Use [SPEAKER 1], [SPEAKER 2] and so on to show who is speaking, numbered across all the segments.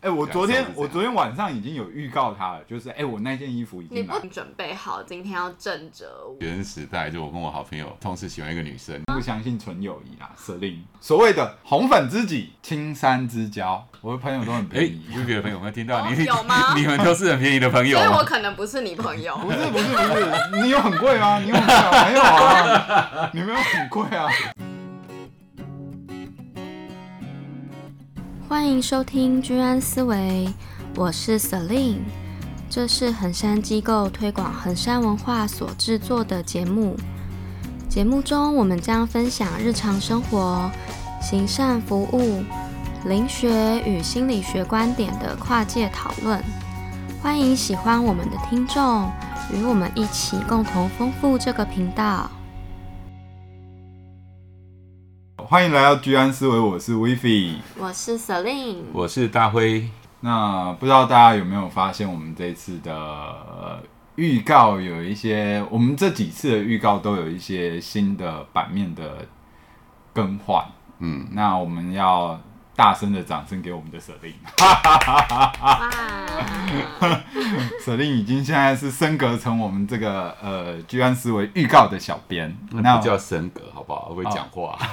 [SPEAKER 1] 哎我昨
[SPEAKER 2] 感
[SPEAKER 1] 天
[SPEAKER 2] 受是这样
[SPEAKER 1] 我昨天晚上已经有预告他了，就是哎、我那件衣服已
[SPEAKER 3] 你
[SPEAKER 1] 经来
[SPEAKER 3] 不
[SPEAKER 1] 了。
[SPEAKER 3] 准备好今天要正着我，
[SPEAKER 2] 学生时代，就我跟我好朋友同时喜欢一个女生，
[SPEAKER 1] 不相信纯友谊啊，司令。所谓的红粉知己、青山之交，我的朋友都很
[SPEAKER 2] 哎、
[SPEAKER 1] 便宜。
[SPEAKER 2] 欸，别的朋友有没有听到？
[SPEAKER 3] 哦
[SPEAKER 2] 你
[SPEAKER 3] 有吗
[SPEAKER 2] 你们都是很便宜的朋友
[SPEAKER 3] 所以。我可能不是你朋友。
[SPEAKER 1] 不是不是不是，你有很贵吗？你有很贵吗？没有啊，你没有很贵啊。
[SPEAKER 4] 欢迎收听居安思维，我是 Celine，这是衡山机构推广衡山文化所制作的节目。节目中，我们将分享日常生活、行善服务、灵学与心理学观点的跨界讨论。欢迎喜欢我们的听众，与我们一起共同丰富这个频道。
[SPEAKER 1] 欢迎来到居安思维，我是 WiFi。
[SPEAKER 3] 我是 Celine，
[SPEAKER 2] 我是大辉，
[SPEAKER 1] 那不知道大家有没有发现，我们这次的呃预告有一些，我们这几次的预告都有一些新的版面的更换。
[SPEAKER 2] 嗯，
[SPEAKER 1] 那我们要大声的掌声给我们的舍令，
[SPEAKER 3] 哇，
[SPEAKER 1] 舍令已经现在是升格成我们这个呃居安思维预告的小编。
[SPEAKER 2] 那
[SPEAKER 1] 那
[SPEAKER 2] 不叫升格好不好？会讲话，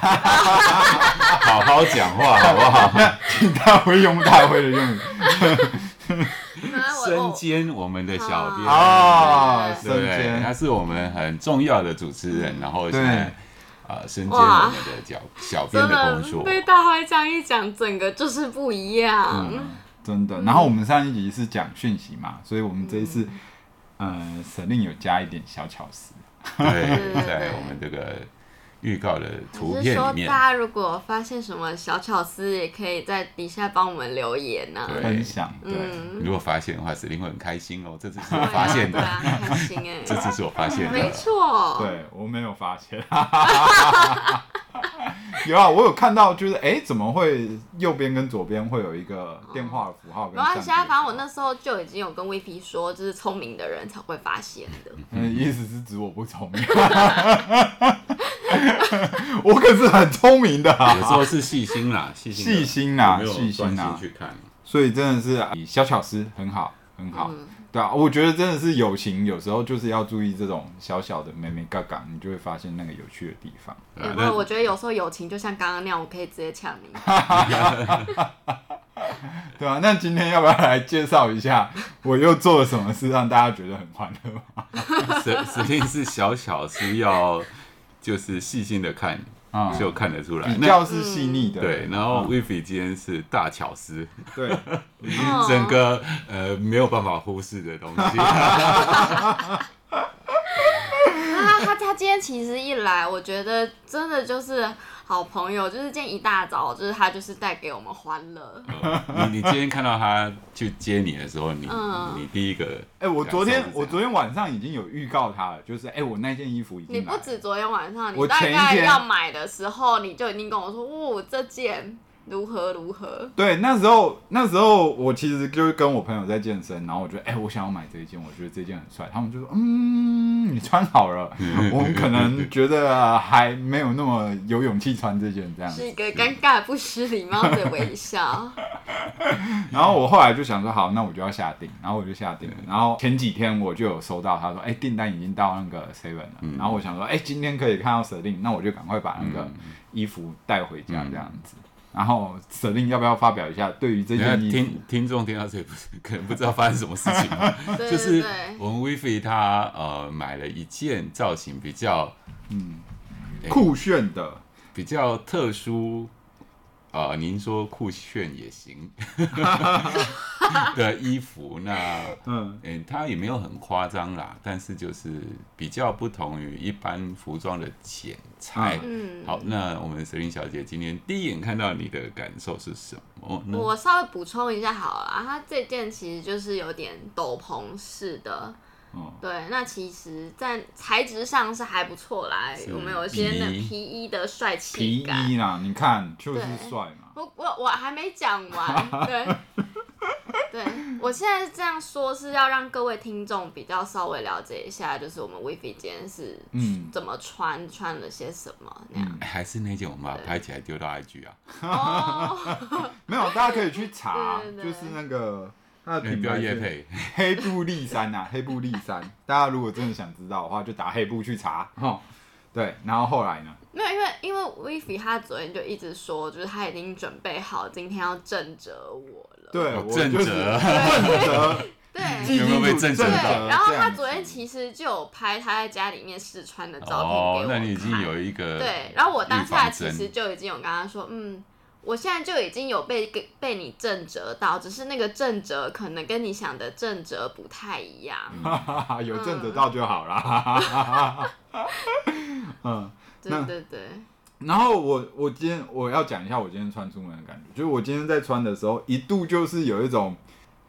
[SPEAKER 2] 好好讲话好不好？
[SPEAKER 1] 大会用大会的用 语
[SPEAKER 3] 那我
[SPEAKER 2] 身
[SPEAKER 3] 我
[SPEAKER 2] 兼我们的小编，
[SPEAKER 1] 啊，
[SPEAKER 2] 对
[SPEAKER 1] 瞬
[SPEAKER 2] 不对？他
[SPEAKER 1] 间
[SPEAKER 2] 是我们很重要的主持人，然后现在
[SPEAKER 1] 对
[SPEAKER 2] 呃身兼我们的小小编
[SPEAKER 3] 真
[SPEAKER 2] 的工
[SPEAKER 3] 的
[SPEAKER 2] 作。
[SPEAKER 3] 被大辉这样一讲，整个就是不一样。
[SPEAKER 2] 嗯
[SPEAKER 1] 真的。然后我们上一集是讲讯息嘛，所以我们这一次呃舍令有加一点小巧思。
[SPEAKER 2] 对，在我们这个预告的图
[SPEAKER 3] 只是
[SPEAKER 2] 片
[SPEAKER 3] 说
[SPEAKER 2] 里，面，
[SPEAKER 3] 大家如果发现什么小巧思，也可以在底下帮我们留言啊呐、
[SPEAKER 2] 对
[SPEAKER 1] 分享，对，
[SPEAKER 3] 嗯，
[SPEAKER 2] 如果发现的话，指定会很开心哦。 这次是我发现的，
[SPEAKER 3] 对啊，很开心 哎、
[SPEAKER 2] 这次是我发现
[SPEAKER 3] 没
[SPEAKER 2] 的。
[SPEAKER 3] 错，
[SPEAKER 1] 对我没有发现， 有啊，我有看到，就是哎、诶怎么会右边跟左边会有一个电话符号跟
[SPEAKER 3] 没
[SPEAKER 1] 相机？
[SPEAKER 3] 关系啊，反正我那时候就已经有跟 v p 说，就是聪明的人才会发现的。
[SPEAKER 1] 嗯，意思是指我不聪明， 我可是很聪明的、
[SPEAKER 2] 有时
[SPEAKER 1] 啊，
[SPEAKER 2] 候是细心啦，细心的
[SPEAKER 1] 细心啦
[SPEAKER 2] 有没有
[SPEAKER 1] 细心啦
[SPEAKER 2] 专去看。
[SPEAKER 1] 所以真的是小巧思很好，很好。
[SPEAKER 3] 嗯
[SPEAKER 1] 对啊，我觉得真的是友情，有时候就是要注意这种小小的美美嘎嘎，你就会发现那个有趣的地方。
[SPEAKER 2] 对
[SPEAKER 3] 欸
[SPEAKER 2] 啊
[SPEAKER 3] 不过
[SPEAKER 2] 那
[SPEAKER 3] 我觉得有时候友情就像刚刚那样，我可以直接抢 你。
[SPEAKER 1] 对啊，那今天要不要来介绍一下我又做了什么事让大家觉得很欢乐吗？
[SPEAKER 2] 指指定是小巧是要就是细心的看，
[SPEAKER 1] 啊
[SPEAKER 2] 就看得出来。
[SPEAKER 1] 比
[SPEAKER 2] 那
[SPEAKER 1] 较嗯是细腻的，
[SPEAKER 2] 对，然后 Vivi 今天是大巧思，
[SPEAKER 1] 对，
[SPEAKER 3] 哦
[SPEAKER 2] 整个呃没有办法忽视的 东西。
[SPEAKER 3] 他他他今天其实一来，我觉得真的就是好朋友，就是今天一大早，就是他就是带给我们欢乐。
[SPEAKER 2] 呃你你今天看到他去接你的时候，你
[SPEAKER 3] 嗯
[SPEAKER 2] 你第一个
[SPEAKER 1] 哎，我昨
[SPEAKER 2] 感
[SPEAKER 1] 天
[SPEAKER 2] 受是这样
[SPEAKER 1] 我昨天晚上已经有预告他了，就是哎，我那件衣服已
[SPEAKER 3] 你
[SPEAKER 1] 经来
[SPEAKER 3] 不
[SPEAKER 1] 了，
[SPEAKER 3] 止昨天晚上，你
[SPEAKER 1] 我
[SPEAKER 3] 大
[SPEAKER 1] 前一
[SPEAKER 3] 概
[SPEAKER 1] 天
[SPEAKER 3] 要买的时候，你就已经跟我说，哦，这件如何如何。
[SPEAKER 1] 对，那时候那时候我其实就是跟我朋友在健身，然后我觉得哎，我想要买这一件，我觉得这件很帅，他们就说嗯，你穿好了， 我们可能觉得还没有那么有勇气穿这件这样子
[SPEAKER 3] 是一个尴尬不失礼貌的 微笑。
[SPEAKER 1] 然后我后来就想说，好，那我就要下订，然后我就下订了。然后前几天我就有收到，他说，哎、订单已经到那个 seven 了。
[SPEAKER 2] 嗯
[SPEAKER 1] 然后我想说，哎、今天可以看到指令，那我就赶快把那个衣服带回家这样子。然后指令要不要发表一下对于这
[SPEAKER 2] 嗯你看
[SPEAKER 1] 件衣服？
[SPEAKER 2] 听听众听到这里不是可能不知道发生什么事情，
[SPEAKER 3] 对
[SPEAKER 2] 就
[SPEAKER 3] 对
[SPEAKER 2] 是
[SPEAKER 3] 对，
[SPEAKER 2] 我们 Wifi 他呃买了一件造型比较哎
[SPEAKER 1] 酷炫的，
[SPEAKER 2] 比较特殊，呃，您说酷炫也 行的衣服，那
[SPEAKER 1] 嗯，
[SPEAKER 2] 嗯、它也没有很夸张啦，但是就是比较不同于一般服装的剪裁。
[SPEAKER 3] 嗯，
[SPEAKER 2] 好，那我们蛇林小姐今天第一眼看到你的感受是什么
[SPEAKER 1] 嗯
[SPEAKER 2] 呢？
[SPEAKER 3] 我稍微补充一下好了，它这件其实就是有点斗篷式的。
[SPEAKER 1] 哦
[SPEAKER 3] 对，那其实，在材质上是还不错啦，
[SPEAKER 2] 是
[SPEAKER 3] 我们有一些那
[SPEAKER 2] 皮衣
[SPEAKER 3] 皮衣的帅气
[SPEAKER 1] 皮
[SPEAKER 3] 感。
[SPEAKER 1] 衣啦，你看就是帅嘛。
[SPEAKER 3] 我我我还没讲完，对，对我现在这样说是要让各位听众比较稍微了解一下，就是我们 WiFi 今天是
[SPEAKER 1] 嗯
[SPEAKER 3] 怎么穿，穿了些什么那样。
[SPEAKER 2] 还是那件我们把它拍起来丢到 IG 啊，
[SPEAKER 3] 哦，
[SPEAKER 1] 没有，大家可以去查，
[SPEAKER 3] 对对对
[SPEAKER 1] 就是那个它的品
[SPEAKER 2] 你哎不要
[SPEAKER 1] 牌
[SPEAKER 2] 夜
[SPEAKER 1] 是
[SPEAKER 2] 配，
[SPEAKER 1] 黑布利山呐、 黑布利山，大家如果真的想知道的话，就打黑布去查哦。对，然后后来呢？
[SPEAKER 3] 没有，因为因为 WiFi 他昨天就一直说，就是他已经准备好今天要震折我了。
[SPEAKER 1] 对，
[SPEAKER 2] 哦
[SPEAKER 1] 我
[SPEAKER 2] 正
[SPEAKER 1] 就是
[SPEAKER 2] 则
[SPEAKER 1] 正则，
[SPEAKER 3] 对。
[SPEAKER 1] 记
[SPEAKER 2] 有没有被
[SPEAKER 1] 清楚正
[SPEAKER 2] 正则 到
[SPEAKER 1] 则
[SPEAKER 3] 对，然后
[SPEAKER 1] 这样
[SPEAKER 3] 他
[SPEAKER 1] 子
[SPEAKER 3] 昨天其实就有拍他在家里面试穿的照片给我
[SPEAKER 2] 哦，那你已经
[SPEAKER 3] 看
[SPEAKER 2] 有一个
[SPEAKER 3] 对，然后我当下其
[SPEAKER 2] 预防
[SPEAKER 3] 实
[SPEAKER 2] 针
[SPEAKER 3] 就已经有跟他说，嗯，我现在就已经有被给被你震折到，只是那个震折可能跟你想的震折不太一样。
[SPEAKER 2] 嗯
[SPEAKER 1] 哈哈，啊
[SPEAKER 3] 嗯
[SPEAKER 1] 有正则到就好啦。 嗯，那
[SPEAKER 3] 对对对，
[SPEAKER 1] 然后我我今天我要讲一下我今天穿出门的感觉，就是我今天在穿的时候，一度就是有一种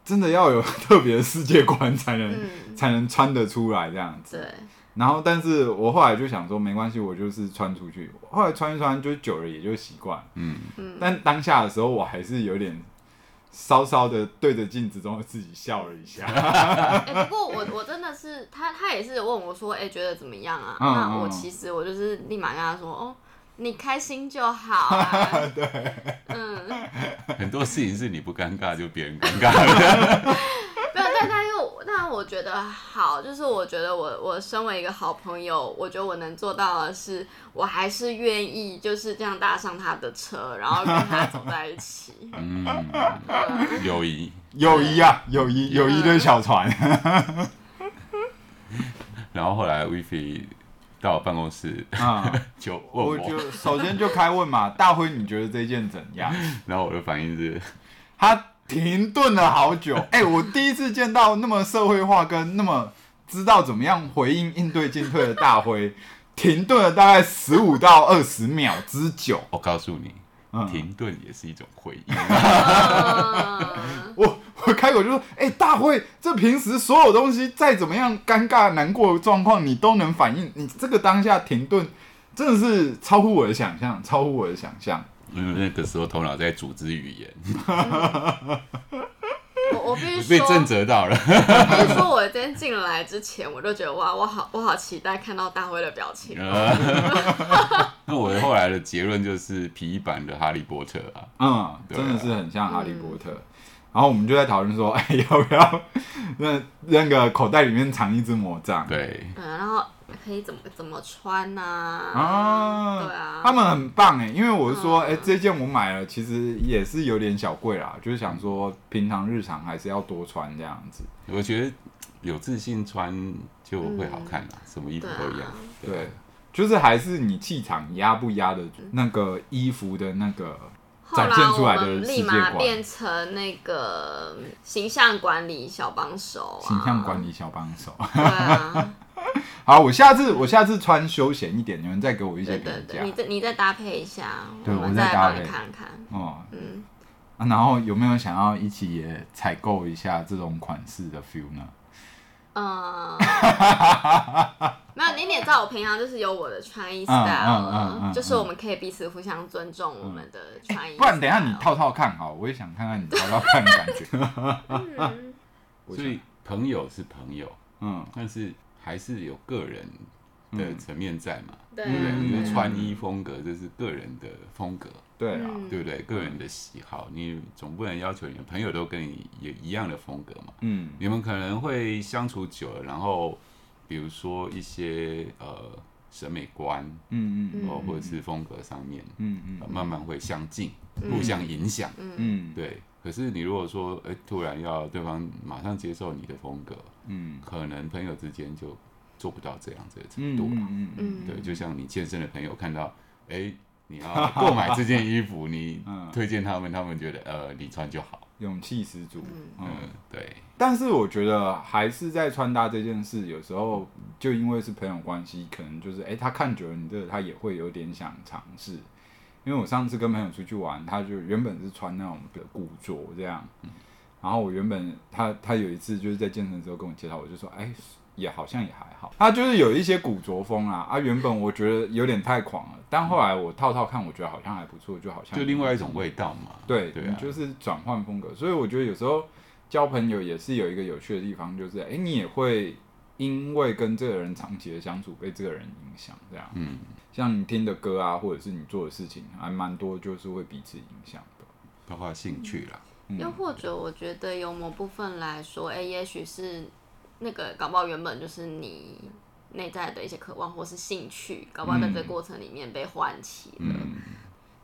[SPEAKER 1] 真的要有特别的世界观才能、
[SPEAKER 3] 嗯，
[SPEAKER 1] 才能穿得出来这样子。
[SPEAKER 3] 对，
[SPEAKER 1] 然后，但是我后来就想说，没关系，我就是穿出去。后来穿一穿，就久了也就习惯了。
[SPEAKER 2] 嗯，
[SPEAKER 3] 嗯，
[SPEAKER 1] 但当下的时候，我还是有点稍稍的对着镜子中的自己笑了一 下。
[SPEAKER 3] 哎、不过我我真的是他他也是问我说，哎、觉得怎么样啊？
[SPEAKER 1] 嗯
[SPEAKER 3] 那我
[SPEAKER 1] 嗯
[SPEAKER 3] 其实我就是立马跟他说，哦，你开心就好、啊。对，嗯，
[SPEAKER 2] 很多事情是你不尴尬就别人尴尬，
[SPEAKER 3] 没有，但但又但我觉得好，就是我觉得我我身为一个好朋友，我觉得我能做到的是，我还是愿意就是这样搭上他的车，然后跟他走在一 起。
[SPEAKER 2] 嗯，
[SPEAKER 3] 对
[SPEAKER 2] 友谊
[SPEAKER 1] 友谊啊，友谊，友谊跟小船。
[SPEAKER 2] 然后后来 Wifi 到我办公室
[SPEAKER 1] 啊、
[SPEAKER 2] 就
[SPEAKER 1] 我
[SPEAKER 2] 问我，
[SPEAKER 1] 就首先就开问嘛，大辉，你觉得这件怎样？
[SPEAKER 2] 然后我的反应是，
[SPEAKER 1] 他停顿了好 久。哎、我第一次见到那么社会化跟那么知道怎么样回应应对进退的大辉，停顿了大概十五到二十秒之久。
[SPEAKER 2] 我告诉你，
[SPEAKER 1] 嗯，
[SPEAKER 2] 停顿也是一种回应。
[SPEAKER 3] 嗯
[SPEAKER 1] 我 我开口就说，哎、大会，这平时所有东西再怎么样尴尬、难过的状况，你都能反应，你这个当下停顿，真的是超乎我的想象，超乎我的想象。
[SPEAKER 2] 因为那个时候头脑在组织语言，
[SPEAKER 3] 我我必须
[SPEAKER 2] 被
[SPEAKER 3] 说，
[SPEAKER 2] 震折到了。
[SPEAKER 3] 我必须说，我今天进来之前，我就觉得哇，我好我好期待看到大辉的表情。
[SPEAKER 1] 嗯
[SPEAKER 2] 那我后来的结论就是皮衣版的《哈利波特》啊，
[SPEAKER 1] 嗯，
[SPEAKER 2] 对啊
[SPEAKER 1] 真的是很像哈利波特。然后我们就在讨论说，哎、要不要 那那个口袋里面藏一只魔杖？
[SPEAKER 2] 对，
[SPEAKER 3] 嗯，然后可以怎么怎么穿呐、
[SPEAKER 1] 啊
[SPEAKER 3] 对啊，
[SPEAKER 1] 他们很棒哎，因为我是说，哎、
[SPEAKER 3] 嗯
[SPEAKER 1] 这件我买了，其实也是有点小贵啦，就是想说平常日常还是要多穿这样子。
[SPEAKER 2] 我觉得有自信穿就会好看啦，什么衣服都一样。
[SPEAKER 1] 对，，啊就是还是你气场压不压的那个衣服的那个，
[SPEAKER 3] 后来
[SPEAKER 1] 展现出
[SPEAKER 3] 我
[SPEAKER 1] 来的
[SPEAKER 3] 们
[SPEAKER 1] 世
[SPEAKER 3] 立
[SPEAKER 1] 界
[SPEAKER 3] 马
[SPEAKER 1] 观
[SPEAKER 3] 变成那个形象管理小帮手 啊，
[SPEAKER 1] 形象管理小帮手。
[SPEAKER 3] 对啊，
[SPEAKER 1] 好，我下次我下次穿休闲一点，你们再给我一些
[SPEAKER 3] 对
[SPEAKER 1] 评
[SPEAKER 3] 对对，
[SPEAKER 1] 价
[SPEAKER 3] 你。再你再搭配一下，
[SPEAKER 1] 对
[SPEAKER 3] 我们
[SPEAKER 1] 我再
[SPEAKER 3] 再
[SPEAKER 1] 搭
[SPEAKER 3] 帮你
[SPEAKER 1] 配
[SPEAKER 3] 看看，
[SPEAKER 1] 哦、
[SPEAKER 3] 嗯，
[SPEAKER 1] 啊然后有没有想要一起也采购一下这种款式的 feel 呢？
[SPEAKER 3] 嗯，没有，你也知道我平常就是有我的穿衣 style，
[SPEAKER 1] 嗯嗯嗯
[SPEAKER 3] 了
[SPEAKER 1] 嗯
[SPEAKER 3] 就是我们可以彼此互相尊重我们的穿衣，
[SPEAKER 1] 不然等一下你，套套看好，我也想看看你套套看的感觉。
[SPEAKER 3] 嗯，
[SPEAKER 1] 我
[SPEAKER 2] 所以朋友是朋友，
[SPEAKER 1] 嗯，
[SPEAKER 2] 但是还是有个人的层面在嘛，
[SPEAKER 3] 对
[SPEAKER 2] 对不对？
[SPEAKER 1] 嗯
[SPEAKER 2] 你的穿衣风格这是个人的风格，
[SPEAKER 1] 对啊，
[SPEAKER 3] 嗯
[SPEAKER 2] 对不对？个人的喜好，你总不能要求你的朋友都跟你也一样的风格嘛。
[SPEAKER 1] 嗯
[SPEAKER 2] 你们可能会相处久了，然后比如说一些呃审美观
[SPEAKER 1] 嗯嗯
[SPEAKER 2] 哦，或者是风格上面，
[SPEAKER 1] 嗯嗯
[SPEAKER 2] 呃慢慢会相近，互相影响。
[SPEAKER 1] 嗯
[SPEAKER 2] 对，可是你如果说哎、突然要对方马上接受你的风格，
[SPEAKER 1] 嗯
[SPEAKER 2] 可能朋友之间就做不到这样子的程
[SPEAKER 1] 嗯
[SPEAKER 2] 度了。
[SPEAKER 1] 嗯嗯
[SPEAKER 3] 嗯
[SPEAKER 2] 对，就像你健身的朋友看到，哎、 你要购买这件衣服，你
[SPEAKER 1] 嗯
[SPEAKER 2] 推荐他们，他们觉得呃，你穿就好。
[SPEAKER 1] 勇气十足。嗯
[SPEAKER 2] 嗯，，对，
[SPEAKER 1] 但是我觉得还是在穿搭这件事，有时候就因为是朋友关系，可能就是哎、诶他看久了你这个，他也会有点想尝试。因为我上次跟朋友出去玩，他就原本是穿那种古着这样，然后我原本他他有一次就是在健身的时候跟我介绍，我就说哎、也好像也还好，他就是有一些古着风啊啊，原本我觉得有点太狂了，但后来我套套看，我觉得好像还不错，就好像
[SPEAKER 2] 就另外一种味道嘛。
[SPEAKER 1] 对，
[SPEAKER 2] 对
[SPEAKER 1] 你
[SPEAKER 2] 啊，
[SPEAKER 1] 就是转换风格。所以我觉得有时候交朋友也是有一个有趣的地方，就是哎、诶你也会因为跟这个人长期的相处，被这个人影响，这样。
[SPEAKER 2] 嗯，
[SPEAKER 1] 像你听的歌啊，或者是你做的事情，还蛮多，就是会彼此影响的。嗯
[SPEAKER 2] 包括兴趣啦，
[SPEAKER 3] 嗯又或者我觉得有某部分来说，哎、也许是那个搞不好原本就是你内在的一些渴望或是兴趣，搞不好在
[SPEAKER 1] 嗯
[SPEAKER 3] 这个过程里面被唤起了。
[SPEAKER 2] 嗯，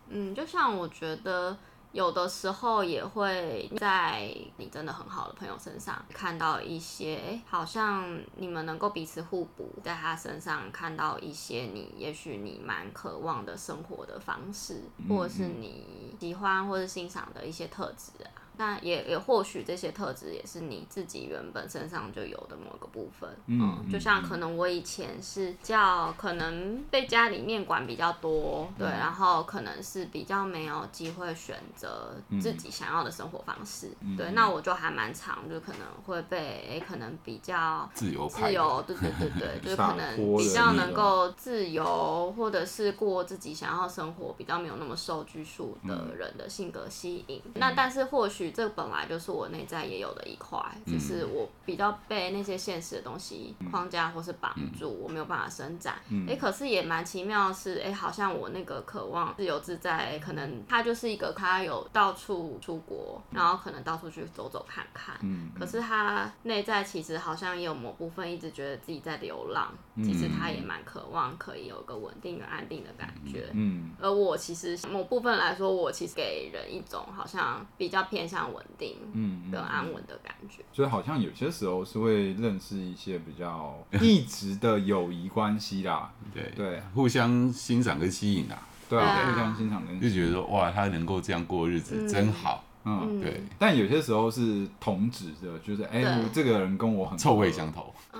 [SPEAKER 3] 嗯，就像我觉得有的时候也会在你真的很好的朋友身上看到一些，诶好像你们能够彼此互补，在他身上看到一些你也许你蛮渴望的生活的方式，或者是
[SPEAKER 1] 嗯
[SPEAKER 3] 你喜欢或是欣赏的一些特质啊。那也也或许这些特质也是你自己原本身上就有的某个部分，
[SPEAKER 1] 嗯
[SPEAKER 3] 就像可能我以前是叫可能被家里面管比较多，对，然后可能是比较没有机会选择自己想要的生活方式，对，那我就还蛮常就可能会被诶可能比较
[SPEAKER 2] 自由派的
[SPEAKER 3] 自由，对对对对，就是可
[SPEAKER 1] 洒
[SPEAKER 3] 能
[SPEAKER 1] 脱的
[SPEAKER 3] 比
[SPEAKER 1] 那
[SPEAKER 3] 较能
[SPEAKER 1] 种
[SPEAKER 3] 够自由，或者是过自己想要生活，比较没有那么受拘束的人的性格吸引。那但是或许这本来就是我内在也有的一块，只是我比较被那些现实的东西框架或是绑住，我没有办法伸展。哎、可是也蛮奇妙的是，哎、好像我那个渴望自由自在，可能他就是一个他有到处出国，然后可能到处去走走看看，
[SPEAKER 1] 嗯
[SPEAKER 3] 可是他内在其实好像也有某部分一直觉得自己在流浪，其实他也
[SPEAKER 2] 嗯
[SPEAKER 3] 蛮渴望可以有一个稳定跟安定的感觉。
[SPEAKER 1] 嗯，
[SPEAKER 3] 而我其实某部分来说，我其实给人一种好像比较偏向稳定
[SPEAKER 1] 嗯
[SPEAKER 3] 跟安稳的感觉。
[SPEAKER 1] 所以好像有些时候是会认识一些比 较一直的友谊关系啦，
[SPEAKER 2] 对
[SPEAKER 1] 对
[SPEAKER 2] 互相欣赏跟吸引啊，
[SPEAKER 1] 对啊，
[SPEAKER 3] 对啊
[SPEAKER 1] 互相欣赏跟
[SPEAKER 2] 就觉得说哇，他能够这样过日子真好，
[SPEAKER 1] 嗯。
[SPEAKER 2] 对，
[SPEAKER 1] 但有些时候是同质的，就是哎、
[SPEAKER 3] 对
[SPEAKER 1] 我这个人跟我很
[SPEAKER 2] 臭味相投，
[SPEAKER 1] 投，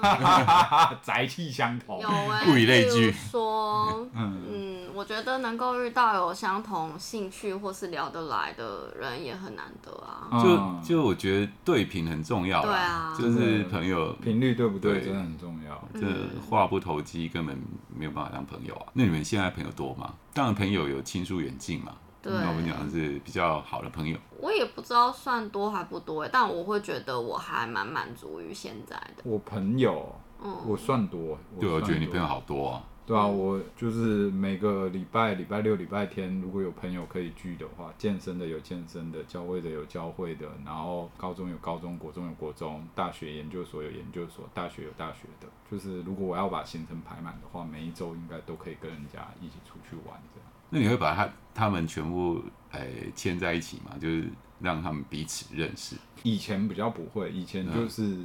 [SPEAKER 1] 宅气相投
[SPEAKER 3] 有。哎、
[SPEAKER 2] 哦物以类
[SPEAKER 3] 譬如
[SPEAKER 2] 聚
[SPEAKER 3] 说，
[SPEAKER 1] 嗯，
[SPEAKER 3] 嗯，我觉得能够遇到有相同兴趣或是聊得来的人也很难得啊。
[SPEAKER 2] 就
[SPEAKER 1] 嗯
[SPEAKER 2] 就我觉得对频很重要
[SPEAKER 3] 对
[SPEAKER 2] 啦
[SPEAKER 3] 啊，
[SPEAKER 2] 就是朋友。
[SPEAKER 1] 频率对不对，
[SPEAKER 2] 对
[SPEAKER 1] 真的很重要。
[SPEAKER 2] 这
[SPEAKER 1] 嗯
[SPEAKER 2] 话不投机，根本没有办法当朋友啊。那你们现在朋友多吗？当然，朋友有亲疏远近嘛。
[SPEAKER 3] 对，
[SPEAKER 2] 那我们讲的是比较好的朋友，
[SPEAKER 3] 我也不知道算多还不多欸，但我会觉得我还蛮满足于现在的。
[SPEAKER 1] 我朋友，
[SPEAKER 3] 嗯，
[SPEAKER 1] 我算多，
[SPEAKER 2] 对我
[SPEAKER 1] 算
[SPEAKER 2] 觉得你
[SPEAKER 1] 多
[SPEAKER 2] 朋友好多哦。
[SPEAKER 1] 对啊，
[SPEAKER 3] 嗯
[SPEAKER 1] 我就是每个礼拜礼拜六、礼拜天，如果有朋友可以聚的话，健身的有健身的，教会的有教会的，然后高中有高中，国中有国中，大学研究所有研究所，大学有大学的。就是如果我要把行程排满的话，每一周应该都可以跟人家一起出去玩这样。
[SPEAKER 2] 那你会把他他们全部呃牵在一起嘛？就是让他们彼此认识。
[SPEAKER 1] 以前比较不会，以前就是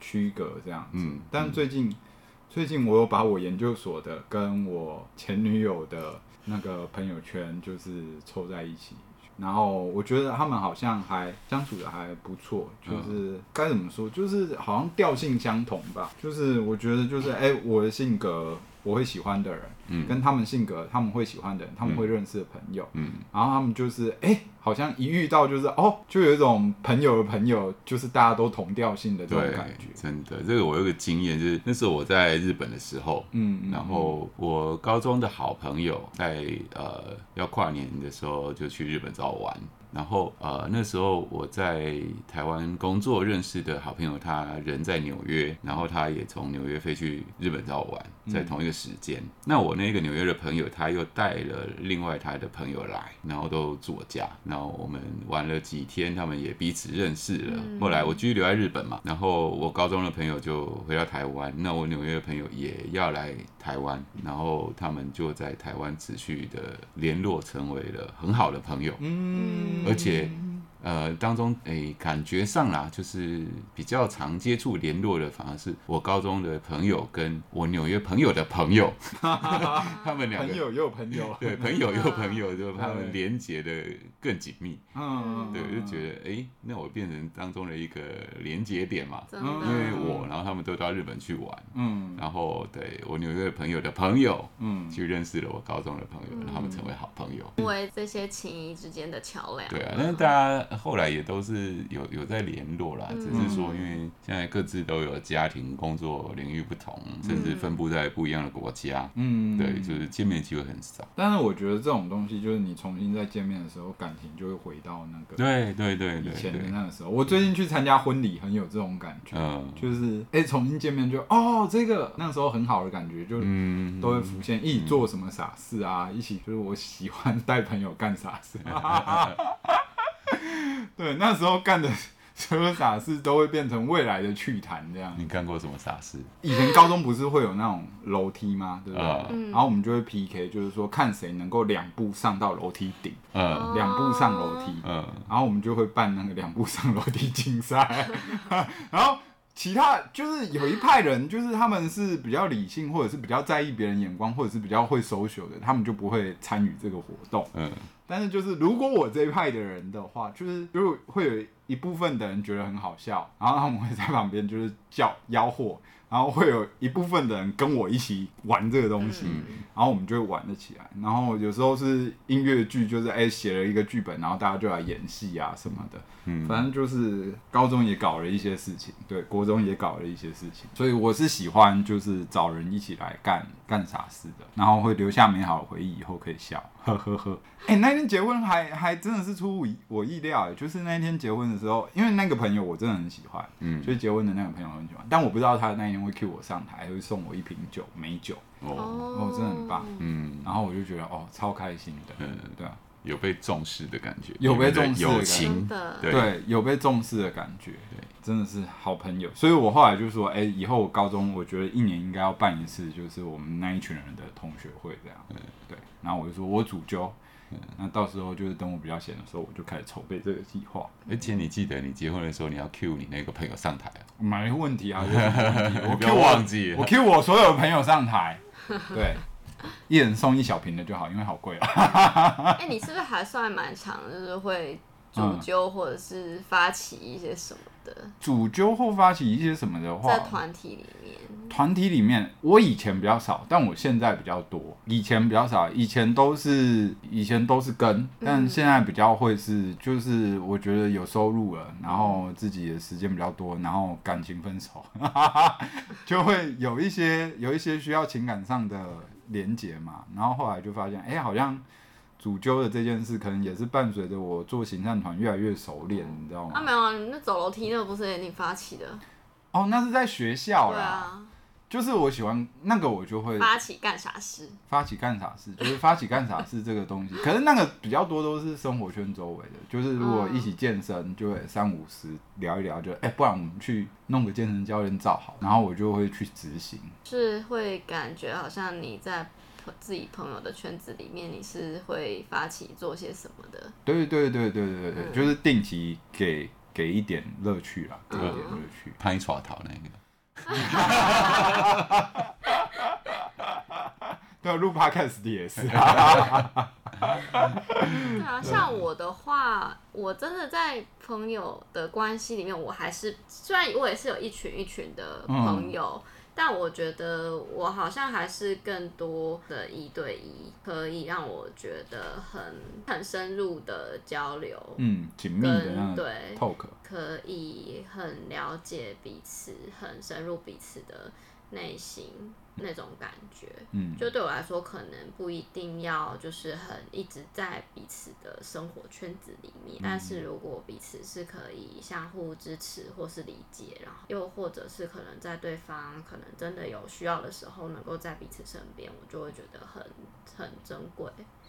[SPEAKER 1] 区隔这样子，
[SPEAKER 2] 嗯
[SPEAKER 1] 但最近。最近我有把我研究所的跟我前女友的那个朋友圈就是凑在一起，然后我觉得他们好像还相处的还不错，
[SPEAKER 2] 嗯
[SPEAKER 1] 就是该、怎么说，就是好像调性相同吧。就是我觉得就是哎、我的性格我会喜欢的人，
[SPEAKER 2] 嗯
[SPEAKER 1] 跟他们性格他们会喜欢的人，他们会认识的朋友，
[SPEAKER 2] 嗯，
[SPEAKER 1] 然后他们就是哎、好像一遇到就是哦，就有一种朋友的朋友，就是大家都同调性的这种
[SPEAKER 2] 对
[SPEAKER 1] 感觉，。
[SPEAKER 2] 真的，这个我有个经验，就是那时候我在日本的时候，
[SPEAKER 1] 嗯，嗯
[SPEAKER 2] 然后我高中的好朋友在呃要跨年的时候就去日本找我玩，然后呃那时候我在台湾工作认识的好朋友，他人在纽约，然后他也从纽约飞去日本找我玩，
[SPEAKER 1] 嗯
[SPEAKER 2] 在同一个时间。那我那个纽约的朋友，他又带了呃另外他的朋友来，然后都住我家，然后我们玩了几天，他们也彼此认识了。
[SPEAKER 3] 嗯
[SPEAKER 2] 后来我继续留在日本嘛，然后我高中的朋友就回到台湾，那我纽约的朋友也要来台湾，然后他们就在台湾持续的联络，成为了很好的朋友。
[SPEAKER 1] 嗯，
[SPEAKER 2] 而且呃，当中诶、感觉上啦，就是比较常接触联络的，反而是我高中的朋友跟我纽约朋友的朋友， 他们两
[SPEAKER 1] 朋
[SPEAKER 2] 个
[SPEAKER 1] 友也有朋友，
[SPEAKER 2] 对朋友又朋友，就他们
[SPEAKER 1] 对
[SPEAKER 2] 连结的更紧密。
[SPEAKER 1] 嗯，
[SPEAKER 2] 对，我就觉得诶，那我变成当中的一个连结点嘛，
[SPEAKER 3] 真
[SPEAKER 1] 嗯
[SPEAKER 3] 的，
[SPEAKER 2] 因为我，然后他们都到日本去玩，
[SPEAKER 1] 嗯
[SPEAKER 2] 然后对我纽约的朋友的朋友
[SPEAKER 1] 嗯，
[SPEAKER 2] 去认识了我高中的朋友，然后他们成为好朋友。
[SPEAKER 3] 因为这些情谊之间的桥梁。
[SPEAKER 2] 对啊，但是大家后来也都是有有在联络啦，
[SPEAKER 3] 嗯
[SPEAKER 2] 只是说因为现在各自都有家庭、工作领域不同，甚至分布在不一样的国家，
[SPEAKER 1] 嗯，
[SPEAKER 2] 对，就是见面机会很少。
[SPEAKER 1] 但是我觉得这种东西，就是你重新再见面的时候，感情就会回到那个
[SPEAKER 2] 对对对
[SPEAKER 1] 嗯以
[SPEAKER 2] 对
[SPEAKER 1] 前的
[SPEAKER 2] 对，
[SPEAKER 1] 那个时候。我最近去参加婚礼，很有这种感觉，
[SPEAKER 2] 嗯
[SPEAKER 1] 就是哎、重新见面就哦，这个那时候很好的感觉，就
[SPEAKER 2] 嗯，
[SPEAKER 1] 都会浮现，一起做什么傻事啊，一起就是我喜欢 带朋友干傻 事，对，那时候干的所有傻事都会变成未来的趣谈这样。
[SPEAKER 2] 你干过什么傻事？
[SPEAKER 1] 以前高中不是会有那种楼梯吗？对不对？
[SPEAKER 2] 嗯
[SPEAKER 1] 然后我们就会 PK，就是说看谁能够两步上到楼梯顶，
[SPEAKER 2] 嗯
[SPEAKER 1] 两步上楼梯，
[SPEAKER 2] 嗯，
[SPEAKER 1] 然后我们就会办那个两步上楼梯竞赛，然后。其他就是有一派人，就是他们是比较理性，或者是比较在意别人眼光，或者是比较会 social 的，他们就不会参与这个活动。
[SPEAKER 2] 嗯，
[SPEAKER 1] 但是就是如果我这一派的人的话，就是就是会有一部分的人觉得很好笑，然后他们会在旁边就是叫吆喝，然后会有一部分的人跟我一起玩这个东西，然后我们就会玩得起来。然后有时候是音乐剧，就是哎写、了一个剧本，然后大家就来演戏啊什么的。
[SPEAKER 2] 嗯
[SPEAKER 1] 反正就是高中也搞了一些事情，对，国中也搞了一些事情，所以我是喜欢就是找人一起来干干傻事的，然后会留下美好的回忆，以后可以笑，呵呵呵。哎、那天结婚还还真的是出乎我意料，欸就是那天结婚的时候，因为那个朋友我真的很喜欢，
[SPEAKER 2] 嗯
[SPEAKER 1] 就是结婚的那个朋友我很喜欢，但我不知道他那天会 cue 我上台，还会送我一瓶酒美酒，
[SPEAKER 2] 哦，
[SPEAKER 1] 哦真的很棒
[SPEAKER 2] 嗯，
[SPEAKER 1] 然后我就觉得哦超开心的，
[SPEAKER 2] 嗯
[SPEAKER 1] 对啊，
[SPEAKER 2] 有被重视的感觉，
[SPEAKER 1] 有被重视的感觉
[SPEAKER 2] 你们的友
[SPEAKER 3] 真
[SPEAKER 2] 情，
[SPEAKER 3] 的，
[SPEAKER 2] 对
[SPEAKER 1] 对，有被重视的感觉，
[SPEAKER 2] 对，
[SPEAKER 1] 真的是好朋友。所以我后来就说，哎、以后我高中我觉得一年应该要办一次，就是我们那一群人的同学会这
[SPEAKER 2] 嗯
[SPEAKER 1] 样，对。然后我就说我主揪，那到时候就是等我比较闲的时候，我就开始筹备这个计划。
[SPEAKER 2] 而且你记得你结婚的时候，你要 cue 你那个朋友上台啊，
[SPEAKER 1] 没问题 啊，有什么问题
[SPEAKER 2] 你
[SPEAKER 1] 我
[SPEAKER 2] 不要
[SPEAKER 1] Q 我
[SPEAKER 2] 忘记
[SPEAKER 1] 我 Q 我所有朋友上台，对，一人送一小瓶的就好，因为好贵 啊。
[SPEAKER 3] 哎、你是不是还算蛮长，就是会主揪或者是发起一些什么的，
[SPEAKER 1] 主揪后发起一些什么的话，
[SPEAKER 3] 在团体里面，
[SPEAKER 1] 团体里面，我以前比较少，但我现在比较多。以前比较少，以前都是以前都是跟，
[SPEAKER 3] 嗯
[SPEAKER 1] 但现在比较会是，就是我觉得有收入了，然后自己的时间比较多，然后感情分手， 就会有一些有一些需要情感上的连结嘛。然后后来就发现，哎、好像。主揪的这件事，可能也是伴随着我做行善团越来越熟练，你知道
[SPEAKER 3] 啊，
[SPEAKER 1] 吗？
[SPEAKER 3] 没有啊，你那走楼梯那个不是也你发起的？
[SPEAKER 1] 哦，那是在学校
[SPEAKER 3] 对
[SPEAKER 1] 啦，
[SPEAKER 3] 啊，
[SPEAKER 1] 就是我喜欢那个，我就会
[SPEAKER 3] 发起干傻事。
[SPEAKER 1] 发起干傻事， 就是发起干傻事这个东西，可是那个比较多都是生活圈周围的，就是如果一起健身，就会三五十聊一聊就，哎，不然我们去弄个健身教练照好，然后我就会去执行。
[SPEAKER 3] 是会感觉好像你在朋自己朋友的圈子里面，你是会发起做些什么的。
[SPEAKER 1] 对对对对对
[SPEAKER 3] 嗯
[SPEAKER 1] 对，就是定期给给一点乐趣啦，
[SPEAKER 3] 嗯
[SPEAKER 1] 给一点乐趣。
[SPEAKER 2] 拍耍桃那个。
[SPEAKER 1] 对啊，录 podcast 的也是 啊，
[SPEAKER 3] 对啊，像我的话，我真的在朋友的关系里面，我还是虽然我也是有一群一群的朋友。但我觉得我好像还是更多的一对一，可以让我觉得很很深入的交流，
[SPEAKER 1] 嗯，紧密的那
[SPEAKER 3] 跟
[SPEAKER 1] 个
[SPEAKER 3] 对
[SPEAKER 1] talk，
[SPEAKER 3] 可以很了解彼此，很深入彼此的内心那种感觉。
[SPEAKER 1] 嗯，
[SPEAKER 3] 就对我来说，可能不一定要就是很一直在彼此的生活圈子里面，但是如果彼此是可以相互支持或是理解，然后又或者是可能在对方可能真的有需要的时候，能够在彼此身边，我就会觉得很很珍贵。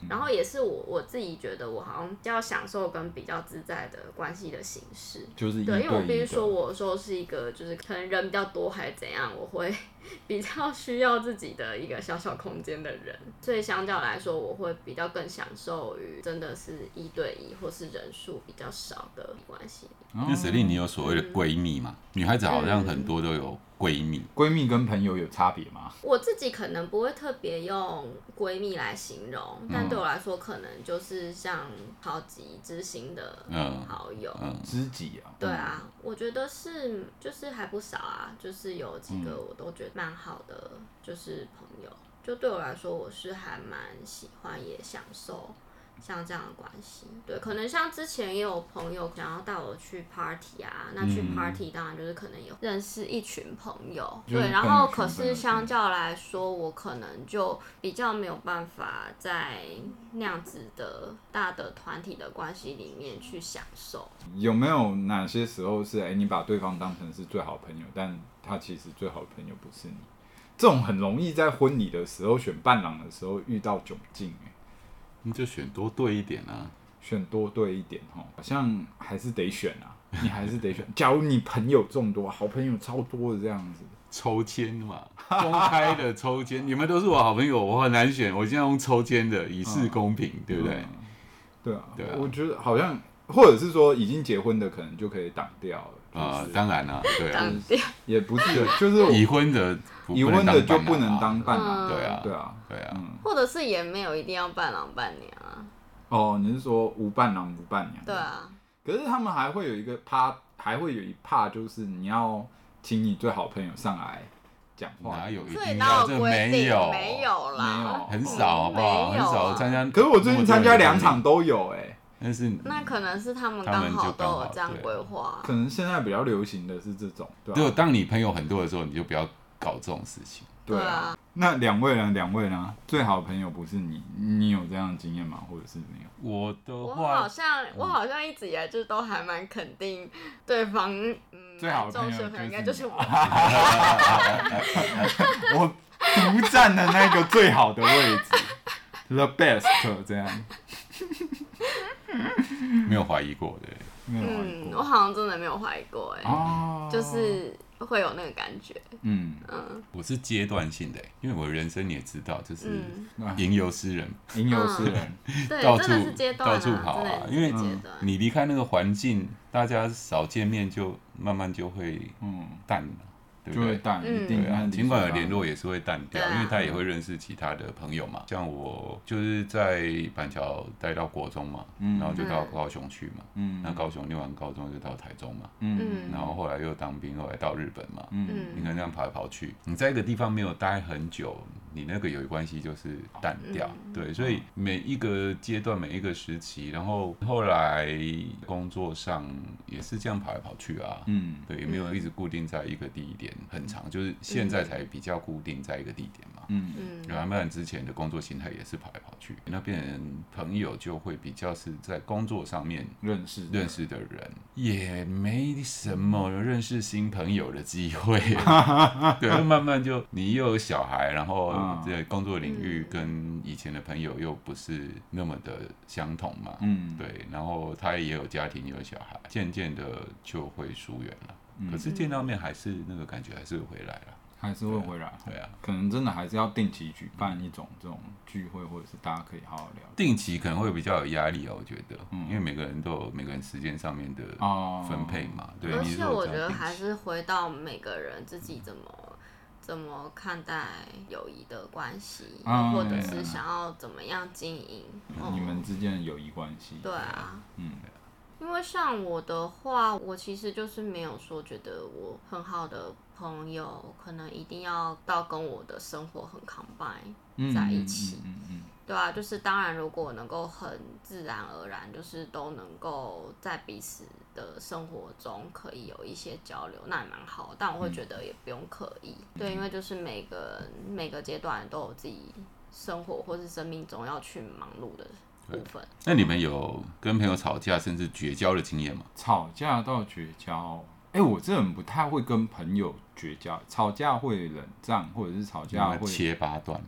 [SPEAKER 3] 然后也是我我自己觉得，我好像比较享受跟比较自在的关系的形式。
[SPEAKER 1] 就是一
[SPEAKER 3] 对，因为我必
[SPEAKER 1] 对一
[SPEAKER 3] 须说，
[SPEAKER 1] 的。哦
[SPEAKER 3] 我说是一个就是可能人比较多还是怎样，我会 比较需要自己的一个小小空间的人，所以相较来说，我会比较更享受于真的是一对一或是人数比较少的关系。
[SPEAKER 2] 那
[SPEAKER 3] 嗯
[SPEAKER 2] 指令你有所谓的闺蜜嘛？女孩子好像很多都有闺蜜，
[SPEAKER 1] 闺蜜跟朋友有差别吗？
[SPEAKER 3] 我自己可能不会特别用闺蜜来形容，但
[SPEAKER 1] 嗯
[SPEAKER 3] 对我来说，可能就是像超级知心的
[SPEAKER 2] 嗯
[SPEAKER 3] 好友。
[SPEAKER 2] 嗯，
[SPEAKER 1] 知己啊，
[SPEAKER 3] 对啊，我觉得是，就是还不少啊，就是有几个我都觉得蛮好的，就是朋友。就对我来说，我是还蛮喜欢也享受像这样的关系。对，可能像之前也有朋友想要带我去 party 啊，那去 party 当然就是可能有认识一群朋友，
[SPEAKER 1] 就是
[SPEAKER 3] 对，然
[SPEAKER 1] 朋友
[SPEAKER 3] 后
[SPEAKER 1] 圈朋
[SPEAKER 3] 可
[SPEAKER 1] 友
[SPEAKER 3] 是
[SPEAKER 1] 圈
[SPEAKER 3] 相较来说，我可能就比较没有办法在那样子的大的团体的关系里面去享受。
[SPEAKER 1] 有没有哪些时候是哎、诶你把对方当成是最好朋友，但他其实最好朋友不是你？这种很容易在婚礼的时候选伴郎的时候遇到窘境、诶
[SPEAKER 2] 你就选多对一点啊。
[SPEAKER 1] 选多对一点哦，好像还是得选 啊，你还是得选。假如你朋友众多，好朋友超多的这样子，
[SPEAKER 2] 抽签嘛，公开的抽签，你们都是我好朋友，我很难选，我现在用抽签的，以示公平，对不对？
[SPEAKER 1] 嗯对啊，
[SPEAKER 2] 对啊
[SPEAKER 1] 我觉得好像，或者是说已经结婚的可能就可以挡掉了，
[SPEAKER 2] 啊、
[SPEAKER 1] 就是
[SPEAKER 2] 当然啦、对啊，
[SPEAKER 3] 当地
[SPEAKER 1] 也不是，就是我
[SPEAKER 2] 已婚的不
[SPEAKER 1] 已婚的就不
[SPEAKER 2] 能
[SPEAKER 1] 能当
[SPEAKER 2] 伴
[SPEAKER 1] 伴
[SPEAKER 2] 郎
[SPEAKER 1] 郎，
[SPEAKER 2] 啊，对啊，
[SPEAKER 1] 对啊，
[SPEAKER 2] 对啊，
[SPEAKER 1] 嗯，
[SPEAKER 3] 或者是也没有一定要伴郎伴娘啊，
[SPEAKER 1] 哦，你是说无伴郎无伴
[SPEAKER 2] 嗯
[SPEAKER 1] 娘？
[SPEAKER 3] 对啊，
[SPEAKER 1] 可是他们还会有一个趴，还会有一趴，就是你要请你最好朋友上来讲话。
[SPEAKER 2] 哪有一
[SPEAKER 3] 所以
[SPEAKER 2] 定
[SPEAKER 3] 哪
[SPEAKER 2] 要？
[SPEAKER 3] 有
[SPEAKER 2] 嗯这
[SPEAKER 3] 规定？
[SPEAKER 2] 没有，嗯
[SPEAKER 3] 没，有啦，
[SPEAKER 1] 没有
[SPEAKER 2] 很少好不好？
[SPEAKER 3] 没
[SPEAKER 2] 很
[SPEAKER 3] 有啊
[SPEAKER 2] 少参加。
[SPEAKER 1] 可是我最近参加两场，都有哎、
[SPEAKER 2] 但是
[SPEAKER 3] 那可能是他们
[SPEAKER 2] 他们
[SPEAKER 3] 刚
[SPEAKER 2] 就
[SPEAKER 3] 好都
[SPEAKER 2] 刚好
[SPEAKER 3] 有这样
[SPEAKER 2] 对
[SPEAKER 3] 规划。
[SPEAKER 1] 可能现在比较流行的是这种，对啊
[SPEAKER 2] 只有
[SPEAKER 1] 吧、
[SPEAKER 2] 当你朋友很多的时候，你就不要搞这种事情。
[SPEAKER 1] 对啊。那两位呢？两位呢？最好的朋友不是你，你有这样的经验吗？或者是没有？
[SPEAKER 2] 我的
[SPEAKER 3] 我好像我
[SPEAKER 2] 嗯
[SPEAKER 3] 好像一直以来就都还蛮肯定对方，嗯，
[SPEAKER 1] 最好的
[SPEAKER 3] 重
[SPEAKER 1] 朋友
[SPEAKER 3] 视的朋友应该
[SPEAKER 1] 就
[SPEAKER 3] 就是是
[SPEAKER 1] 你
[SPEAKER 3] 我。
[SPEAKER 2] 哦
[SPEAKER 1] 我独占了那个最好的位置，the best，这样
[SPEAKER 2] 没有怀疑过的。
[SPEAKER 1] 没有怀疑
[SPEAKER 3] 嗯，我
[SPEAKER 1] 过
[SPEAKER 3] 好像真的没有怀疑过，哎，
[SPEAKER 1] 哦，
[SPEAKER 3] 就是会有那个感觉，
[SPEAKER 1] 嗯，
[SPEAKER 3] 嗯
[SPEAKER 2] 我是阶段性的，因为我人生你也知道，就是
[SPEAKER 3] 嗯，
[SPEAKER 2] 吟游诗人，
[SPEAKER 1] 吟游诗人，
[SPEAKER 3] 对，
[SPEAKER 2] 到
[SPEAKER 3] 真的
[SPEAKER 2] 处
[SPEAKER 3] 是阶段
[SPEAKER 2] 到
[SPEAKER 3] 啊，
[SPEAKER 2] 处
[SPEAKER 3] 真
[SPEAKER 2] 跑啊
[SPEAKER 3] 的是
[SPEAKER 2] 因为
[SPEAKER 3] 阶段，
[SPEAKER 2] 你离开那个环境，大家少见面，就慢慢就会
[SPEAKER 1] 嗯，
[SPEAKER 2] 淡了，对不
[SPEAKER 1] 就会
[SPEAKER 2] 对？
[SPEAKER 1] 淡一
[SPEAKER 3] 嗯
[SPEAKER 1] 定
[SPEAKER 2] 对啊，
[SPEAKER 1] 和理
[SPEAKER 2] 尽管
[SPEAKER 1] 所
[SPEAKER 2] 有联
[SPEAKER 1] 当
[SPEAKER 2] 络，也是会淡掉
[SPEAKER 3] 对，啊
[SPEAKER 2] 因为他也会认识其他的朋友嘛。像我就是在板桥待到国中嘛，
[SPEAKER 1] 嗯
[SPEAKER 2] 然后就到
[SPEAKER 3] 嗯
[SPEAKER 2] 高雄去嘛，
[SPEAKER 1] 嗯，
[SPEAKER 2] 那高雄念完高中就到台中嘛，
[SPEAKER 1] 嗯
[SPEAKER 3] 嗯
[SPEAKER 2] 然后后来又当兵，后来到日本嘛，
[SPEAKER 1] 嗯
[SPEAKER 2] 你
[SPEAKER 3] 嗯
[SPEAKER 2] 看这样跑来跑去，你在一个地方没有待很久，你那个友谊关系就是淡掉。
[SPEAKER 3] 嗯
[SPEAKER 2] 对，所以每一个阶段、每一个时期，然后后来工作上也是这样跑来跑去啊。
[SPEAKER 1] 嗯
[SPEAKER 2] 对，也没有一直固定在一个地点很长，就是现在才比较固定在一个地点嘛。
[SPEAKER 1] 嗯
[SPEAKER 2] 然后不然之前的工作形态也是跑来跑去，那变成朋友就会比较是在工作上面
[SPEAKER 1] 认识
[SPEAKER 2] 认识的人，也没什么认识新朋友的机 会。对，就慢慢就你又有小孩，然后
[SPEAKER 1] 嗯
[SPEAKER 2] 这工作领域跟以前的朋友又不是那么的相同嘛。
[SPEAKER 1] 嗯
[SPEAKER 2] 对，然后他也有家庭，也有小孩，渐渐的就会疏远了。
[SPEAKER 1] 嗯
[SPEAKER 2] 可是见到面还是那个感觉，还是会回来了。
[SPEAKER 1] 还是会回来，
[SPEAKER 2] 对啊，
[SPEAKER 1] 可能真的还是要定期举办一种这种聚会，或者是大家可以好好聊
[SPEAKER 2] 定期可能会比较有压力哦，我觉得，
[SPEAKER 1] 嗯
[SPEAKER 2] 因为每个人都有每个人时间上面的
[SPEAKER 1] 哦，
[SPEAKER 2] 分配嘛。对，
[SPEAKER 3] 而
[SPEAKER 2] 你
[SPEAKER 3] 且
[SPEAKER 2] 如果
[SPEAKER 3] 我
[SPEAKER 2] 这
[SPEAKER 3] 觉
[SPEAKER 2] 样
[SPEAKER 3] 得
[SPEAKER 2] 定
[SPEAKER 3] 还
[SPEAKER 2] 期
[SPEAKER 3] 是回到每个人自己怎么怎么看待友谊的关系，
[SPEAKER 1] 啊
[SPEAKER 3] 或者
[SPEAKER 1] 对
[SPEAKER 3] 是想要怎么样经营。嗯
[SPEAKER 1] 哦你们之间的友谊关系，
[SPEAKER 3] 对啊，
[SPEAKER 1] 嗯
[SPEAKER 3] 因为像我的话，我其实就是没有说觉得我很好的朋友，可能一定要到跟我的生活很 combine。
[SPEAKER 1] 嗯
[SPEAKER 3] 在一起
[SPEAKER 1] 嗯嗯
[SPEAKER 3] 对啊，就是当然，如果能够很自然而然，就是都能够在彼此的生活中可以有一些交流，那也蛮好。但
[SPEAKER 1] 嗯
[SPEAKER 3] 我会觉得也不用刻意，对，因为就是每个每个阶段都有自己生活或是生命中要去忙碌的部分。
[SPEAKER 1] 嗯
[SPEAKER 2] 那你们有跟朋友吵架甚至绝交的经验吗？
[SPEAKER 1] 吵架到绝交。哎、我这人不太会跟朋友绝交，吵架会冷战，或者是吵架
[SPEAKER 2] 有没有
[SPEAKER 1] 啊会
[SPEAKER 2] 切八段，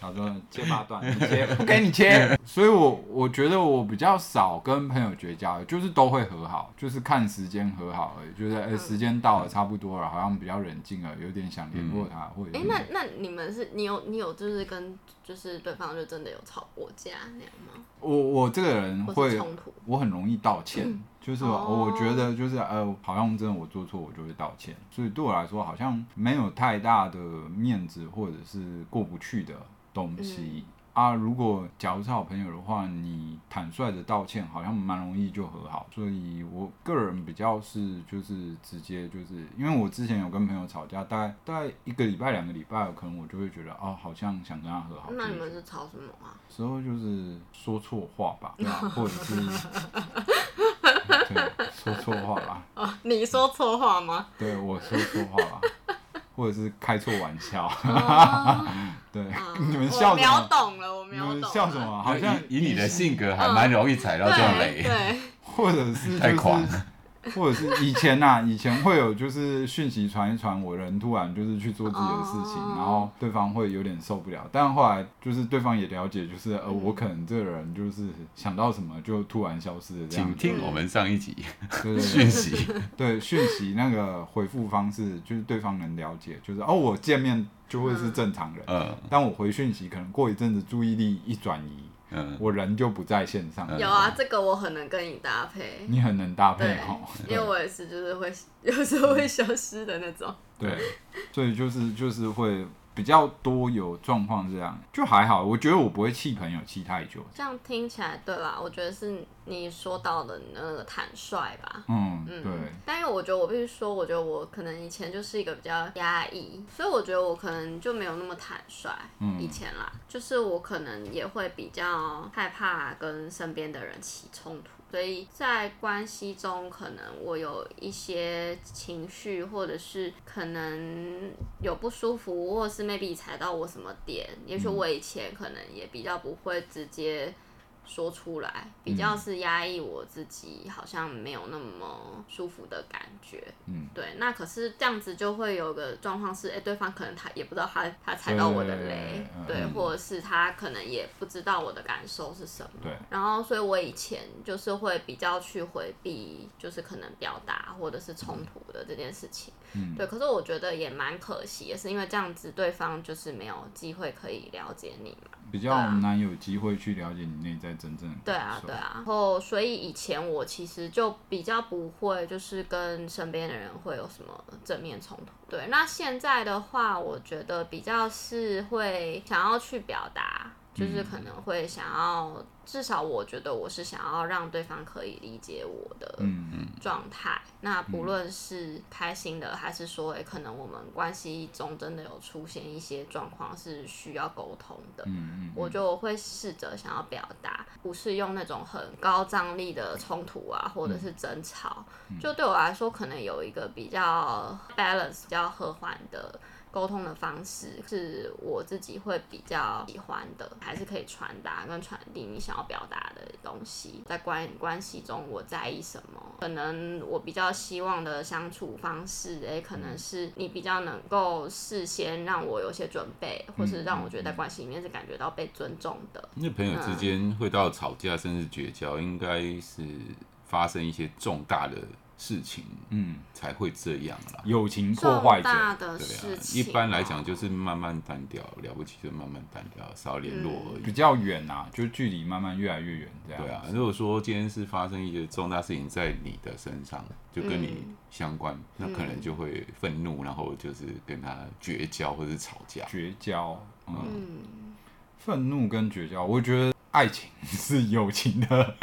[SPEAKER 1] 他说切八 段，你切不给你切。 所以我我觉得我比较少跟朋友绝交，就是都会和好，就是看时间和好而已，就是哎、
[SPEAKER 3] 嗯
[SPEAKER 1] 时间到了差不多了，好像比较冷静了，有点想联络他，或者
[SPEAKER 3] 哎、
[SPEAKER 1] 是
[SPEAKER 3] 那那你们是你有你有就是跟就是对方就真的有吵过架那样吗？
[SPEAKER 1] 我我这个人
[SPEAKER 3] 或
[SPEAKER 1] 会
[SPEAKER 3] 是冲突？
[SPEAKER 1] 我很容易道歉，就是我,、
[SPEAKER 3] 哦
[SPEAKER 1] 觉得就是呃，好像真的我做错，我就会道歉，所以对我来说好像没有太大的面子或者是过不去的东西。啊，如果假如是好朋友的话，你坦率的道歉，好像蛮容易就和好。所以我个人比较是就是直接就是，因为我之前有跟朋友吵架，大概大概一个礼拜两个礼拜，可能我就会觉得哦，好像想跟他和好。
[SPEAKER 3] 那你们
[SPEAKER 1] 就是
[SPEAKER 3] 吵什么啊？
[SPEAKER 1] 时候就是说错话吧，对吧？或者 是对说错话吧，
[SPEAKER 3] 哦， 你说错话吗？
[SPEAKER 1] 对我说错话吧，或者是开错玩笑。
[SPEAKER 3] 哦
[SPEAKER 1] 对，
[SPEAKER 3] 嗯
[SPEAKER 1] 你们
[SPEAKER 3] 我
[SPEAKER 1] 笑什
[SPEAKER 3] 秒
[SPEAKER 1] 么？
[SPEAKER 3] 懂了，我
[SPEAKER 1] 你
[SPEAKER 3] 秒懂啊
[SPEAKER 1] 们
[SPEAKER 3] 了。
[SPEAKER 1] 笑什么？好像
[SPEAKER 2] 以以你的
[SPEAKER 1] 性。
[SPEAKER 2] 性格，还蛮容易踩到这种
[SPEAKER 3] 嗯
[SPEAKER 2] 雷。
[SPEAKER 3] 对对，
[SPEAKER 1] 或者是、就是、
[SPEAKER 2] 太狂
[SPEAKER 1] 或者是以前呐、以前会有就是讯息传一传，我人突然就是去做自己的事情
[SPEAKER 3] 哦
[SPEAKER 1] 然后对方会有点受不了，但后来就是对方也了解，就是呃，
[SPEAKER 3] 嗯
[SPEAKER 1] 我可能这个人就是想到什么就突然消失了这样
[SPEAKER 2] 请
[SPEAKER 1] 子，
[SPEAKER 3] 嗯
[SPEAKER 2] 听我们上一集
[SPEAKER 1] 对对
[SPEAKER 2] 讯
[SPEAKER 1] 对
[SPEAKER 2] 息，
[SPEAKER 1] 对讯息那个回复方式，就是对方能了解，就是哦，我见面就会是正常人，
[SPEAKER 2] 嗯
[SPEAKER 1] 但我回讯息可能过一阵子注意力一转移，
[SPEAKER 2] 嗯，
[SPEAKER 1] 我人就不在线上，
[SPEAKER 3] 有啊，这个我很能跟你搭配。
[SPEAKER 1] 你很能搭配
[SPEAKER 3] 对
[SPEAKER 1] 哦。，
[SPEAKER 3] 因为我也是，就是会 有时候会消失的那种。
[SPEAKER 1] 对， 所以就是就是会比较多有状况这样，就还好。我觉得我不会气朋友气太久，
[SPEAKER 3] 这样听起来，对啦，我觉得是你说到的那个坦率吧。
[SPEAKER 1] 嗯，
[SPEAKER 3] 嗯
[SPEAKER 1] 对，
[SPEAKER 3] 但因为我觉得我必须说，我觉得我可能以前就是一个比较压抑，所以我觉得我可能就没有那么坦率。
[SPEAKER 1] 嗯
[SPEAKER 3] 以前啦，就是我可能也会比较害怕跟身边的人起冲突，所以在关系中，可能我有一些情绪，或者是可能有不舒服，或者是 maybe 踩到我什么点，也许我以前可能也比较不会直接说出来，比较是压抑我自己，好像没有那么舒服的感觉。
[SPEAKER 1] 嗯，
[SPEAKER 3] 对。那可是这样子就会有个状况是，哎、对方可能他也不知道他他踩到我的雷，
[SPEAKER 1] 对
[SPEAKER 3] 对，
[SPEAKER 1] 嗯
[SPEAKER 3] 或者是他可能也不知道我的感受是什么。
[SPEAKER 1] 对，
[SPEAKER 3] 然后，所以我以前就是会比较去回避，就是可能表达或者是冲突的这件事情。
[SPEAKER 1] 嗯
[SPEAKER 3] 对，可是我觉得也蛮可惜，也是因为这样子，对方就是没有机会可以了解你嘛。
[SPEAKER 1] 比
[SPEAKER 3] 对
[SPEAKER 1] 较
[SPEAKER 3] 啊
[SPEAKER 1] 难有机会去了解你内在真正的
[SPEAKER 3] 对
[SPEAKER 1] 感
[SPEAKER 3] 啊，
[SPEAKER 1] 受。
[SPEAKER 3] 对啊。然后，所以以前我其实就比较不会，就是跟身边的人会有什么正面冲突。对，那现在的话，我觉得比较是会想要去表达，就是可能会想要，至少我觉得我是想要让对方可以理解我的
[SPEAKER 1] 嗯嗯
[SPEAKER 3] 状态。那不论是开心的，还是说，诶、可能我们关系中真的有出现一些状况是需要沟通的。
[SPEAKER 1] 嗯
[SPEAKER 3] 我就会试着想要表达，不是用那种很高张力的冲突啊，或者
[SPEAKER 1] 嗯
[SPEAKER 3] 是争吵。就对我来说，可能有一个比较 balance、比较和缓的沟通的方式，是我自己会比较喜欢的，还是可以传达跟传递你想要表达的东西。在关关系中，我在意什么？可能我比较希望的相处方式，诶，可能是你比较能够事先让我有些准备，或是让我觉得在关系里面是感觉到被尊重的。
[SPEAKER 2] 那朋友之间会到吵架甚至绝交，应该是发生一些重大的事情
[SPEAKER 1] 嗯，
[SPEAKER 2] 才会这样啦。
[SPEAKER 1] 友情破坏
[SPEAKER 3] 重
[SPEAKER 1] 者，
[SPEAKER 3] 大的
[SPEAKER 2] 对
[SPEAKER 3] 事
[SPEAKER 2] 啊，
[SPEAKER 3] 情、
[SPEAKER 2] 一般来讲就是慢慢淡掉，了不起就慢慢淡掉，少联络而已。
[SPEAKER 1] 比较远啊，就距离慢慢越来越远这样。
[SPEAKER 2] 对啊，如果说今天是发生一些重大事情在你的身上，就跟你
[SPEAKER 3] 嗯
[SPEAKER 2] 相关，那可能就会愤怒，然后就是跟他绝交或者是吵架。
[SPEAKER 1] 绝交，嗯，
[SPEAKER 3] 嗯，
[SPEAKER 1] 愤怒跟绝交，我觉得爱情 是友情的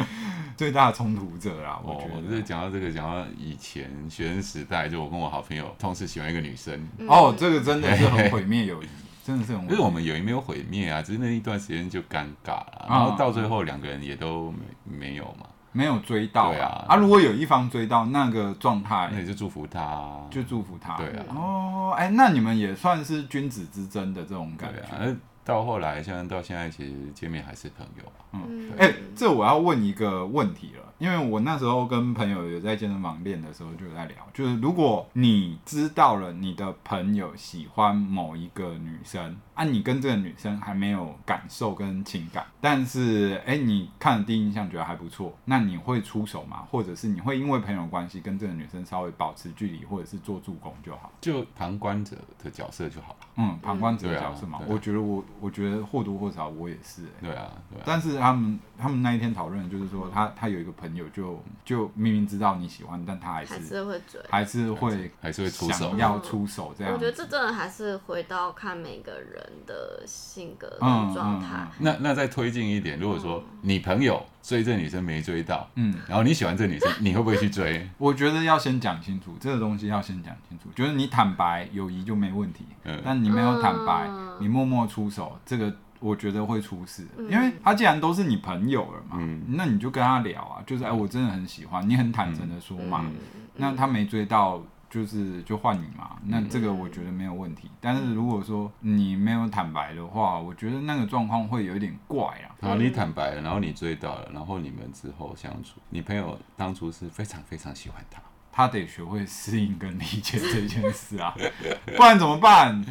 [SPEAKER 1] 最大的冲突者啦。我
[SPEAKER 2] 哦
[SPEAKER 1] 觉，
[SPEAKER 2] 这
[SPEAKER 1] 得。
[SPEAKER 2] 讲到这个，讲到以前学生时代，就我跟我好朋友同时喜欢一个女生，
[SPEAKER 3] 嗯
[SPEAKER 1] 哦，这个真的是很毁灭友谊，真的是很毁
[SPEAKER 2] 因
[SPEAKER 1] 灭。
[SPEAKER 2] 为我们友谊没有毁灭啊，只是那一段时间就尴尬了，
[SPEAKER 1] 啊
[SPEAKER 2] 然后到最后两个人也都没没有嘛，
[SPEAKER 1] 没有追到
[SPEAKER 2] 对啊
[SPEAKER 1] 啊，如果有一方追到那个状态
[SPEAKER 2] 那，也就祝福他啊，
[SPEAKER 1] 哎就祝福他。
[SPEAKER 2] 对啊
[SPEAKER 1] 哦，哎、那你们也算是君子之争的这种
[SPEAKER 2] 对
[SPEAKER 1] 感
[SPEAKER 2] 啊，
[SPEAKER 1] 觉。
[SPEAKER 2] 那到后来像到现在，其实见面还是朋友啊，
[SPEAKER 3] 嗯
[SPEAKER 1] 哎、这我要问一个问题了，因为我那时候跟朋友有在健身房练的时候就有在聊，就是如果你知道了你的朋友喜欢某一个女生啊，你跟这个女生还没有感受跟情感，但是哎、你看了第一印象觉得还不错，那你会出手吗？或者是你会因为朋友关系跟这个女生稍微保持距离，或者是做助攻就好？
[SPEAKER 2] 就旁观者的角色就好了。
[SPEAKER 1] 嗯，旁观者的角色嘛，
[SPEAKER 2] 对啊对啊
[SPEAKER 1] 我觉得我我觉得或多或少我也是、欸
[SPEAKER 2] 对啊，对啊，
[SPEAKER 1] 但是他们他们那一天讨论的就是说，他他有一个朋朋友就就明明知道你喜欢，但他还
[SPEAKER 3] 还
[SPEAKER 1] 是
[SPEAKER 3] 是会 追。
[SPEAKER 1] 还是会
[SPEAKER 2] 还是会出手
[SPEAKER 1] 想。要出手
[SPEAKER 2] 啊
[SPEAKER 1] 这样。
[SPEAKER 3] 我觉得这真的还是回到看每个人的性格
[SPEAKER 1] 嗯
[SPEAKER 3] 跟状态。
[SPEAKER 2] 那那再推进一点，如果说你朋友追这女生没追到，
[SPEAKER 1] 嗯，
[SPEAKER 2] 然后你喜欢这女生，你会不会去追？
[SPEAKER 1] 我觉得要先讲清楚这个东西，要先讲清楚。就是你坦白友谊就没问题，
[SPEAKER 2] 嗯
[SPEAKER 1] 但你没有坦白，
[SPEAKER 3] 嗯
[SPEAKER 1] 你默默出手，这个我觉得会出事。
[SPEAKER 3] 嗯
[SPEAKER 1] 因为他既然都是你朋友了嘛，
[SPEAKER 2] 嗯
[SPEAKER 1] 那你就跟他聊啊，就是哎，我真的很喜欢你，很坦诚的说嘛。
[SPEAKER 2] 嗯
[SPEAKER 1] 那他没追到，就是就换你嘛。那这个我觉得没有问题。但是如果说你没有坦白的话，我觉得那个状况会有一点怪啊。
[SPEAKER 2] 然后你坦白了，然后你追到了，然后你们之后相处，你朋友当初是非常非常喜欢他，
[SPEAKER 1] 他得学会适应跟理解这件事啊， 不然怎么办？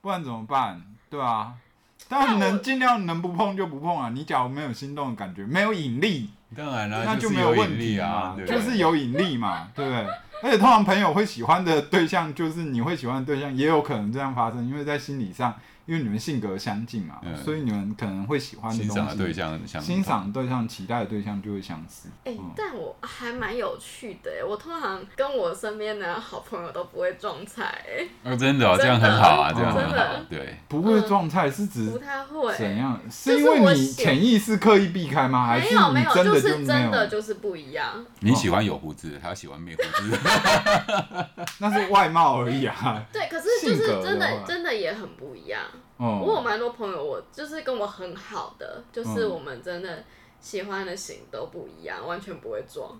[SPEAKER 1] 不然怎么办？对啊，但能尽量能不碰就不碰啊。你假如没有心动的感觉，没有引力，
[SPEAKER 2] 当然啦、
[SPEAKER 1] 那
[SPEAKER 2] 啊就是
[SPEAKER 1] 没
[SPEAKER 2] 有
[SPEAKER 1] 问
[SPEAKER 2] 引
[SPEAKER 1] 题
[SPEAKER 2] 力
[SPEAKER 1] 嘛
[SPEAKER 2] 啊，，对不对
[SPEAKER 1] 就是有引力嘛，对不对？而且通常朋友会喜欢的对象，就是你会喜欢的对象，也有可能这样发生，因为在心理上，因为你们性格相近嘛，
[SPEAKER 2] 嗯
[SPEAKER 1] 所以啊你们可能会喜欢的
[SPEAKER 2] 欣赏
[SPEAKER 1] 东
[SPEAKER 2] 的
[SPEAKER 1] 西，
[SPEAKER 2] 对象相
[SPEAKER 1] 欣赏的对象、期待的对象就会相似。
[SPEAKER 3] 哎、但我还蛮有趣的哎，我通常跟我身边的好朋友都不会撞菜哎，
[SPEAKER 2] 哦，真的、哦，这样很好啊，这样很
[SPEAKER 3] 真
[SPEAKER 2] 好
[SPEAKER 3] 的，
[SPEAKER 2] 对，
[SPEAKER 1] 不会状态是指
[SPEAKER 3] 不太会。
[SPEAKER 1] 怎样？
[SPEAKER 3] 就是
[SPEAKER 1] 因为
[SPEAKER 3] 我
[SPEAKER 1] 你
[SPEAKER 3] 喜
[SPEAKER 1] 潜意识刻意避开吗？还
[SPEAKER 3] 没
[SPEAKER 1] 你
[SPEAKER 3] 有没有，
[SPEAKER 1] 真
[SPEAKER 3] 就
[SPEAKER 1] 的
[SPEAKER 3] 是
[SPEAKER 1] 没
[SPEAKER 3] 真
[SPEAKER 1] 有？
[SPEAKER 3] 的就是不一样。
[SPEAKER 2] 你喜欢有胡子的，他喜欢没胡子 的，
[SPEAKER 1] 那是外貌而已啊。
[SPEAKER 3] 对，可是就
[SPEAKER 1] 性
[SPEAKER 3] 是
[SPEAKER 1] 格的
[SPEAKER 3] 真
[SPEAKER 1] 话
[SPEAKER 3] 的真的也很不一样。我有
[SPEAKER 1] 哦，
[SPEAKER 3] 蛮多朋友，我就是跟我很好的，就是
[SPEAKER 1] 嗯
[SPEAKER 3] 我们真的喜欢的型都不一样，完全不会撞，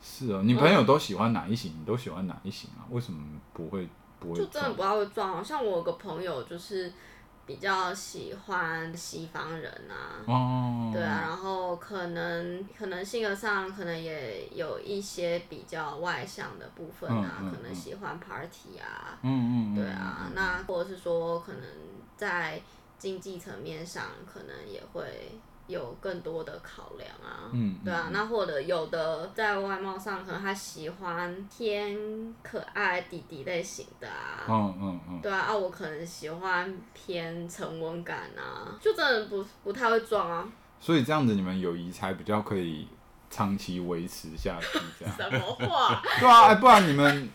[SPEAKER 1] 是哦，你朋
[SPEAKER 3] 嗯
[SPEAKER 1] 友都喜欢哪一型？你都喜欢哪一型啊？为什么不会不会
[SPEAKER 3] 就
[SPEAKER 1] 撞？
[SPEAKER 3] 真的不太会撞哦。像我有个朋友就是比较喜欢西方人啊，
[SPEAKER 1] 哦，
[SPEAKER 3] 对啊，然后可能可能性格上可能也有一些比较外向的部分啊，
[SPEAKER 1] 嗯嗯
[SPEAKER 3] 可能喜欢 party 啊，
[SPEAKER 1] 嗯，嗯嗯，
[SPEAKER 3] 对啊，那或者是说可能在经济层面上，可能也会有更多的考量啊。
[SPEAKER 1] 嗯，嗯，
[SPEAKER 3] 对啊，那或者有的在外貌上，可能他喜欢偏可爱弟弟类型的啊，
[SPEAKER 1] 嗯嗯嗯，
[SPEAKER 3] 对啊，啊，我可能喜欢偏沉稳感啊，就真的不不太会撞啊。
[SPEAKER 1] 所以这样子你们友谊才比较可以长期维持下去，这 样
[SPEAKER 3] 什么话？
[SPEAKER 1] 对啊，哎不然你们。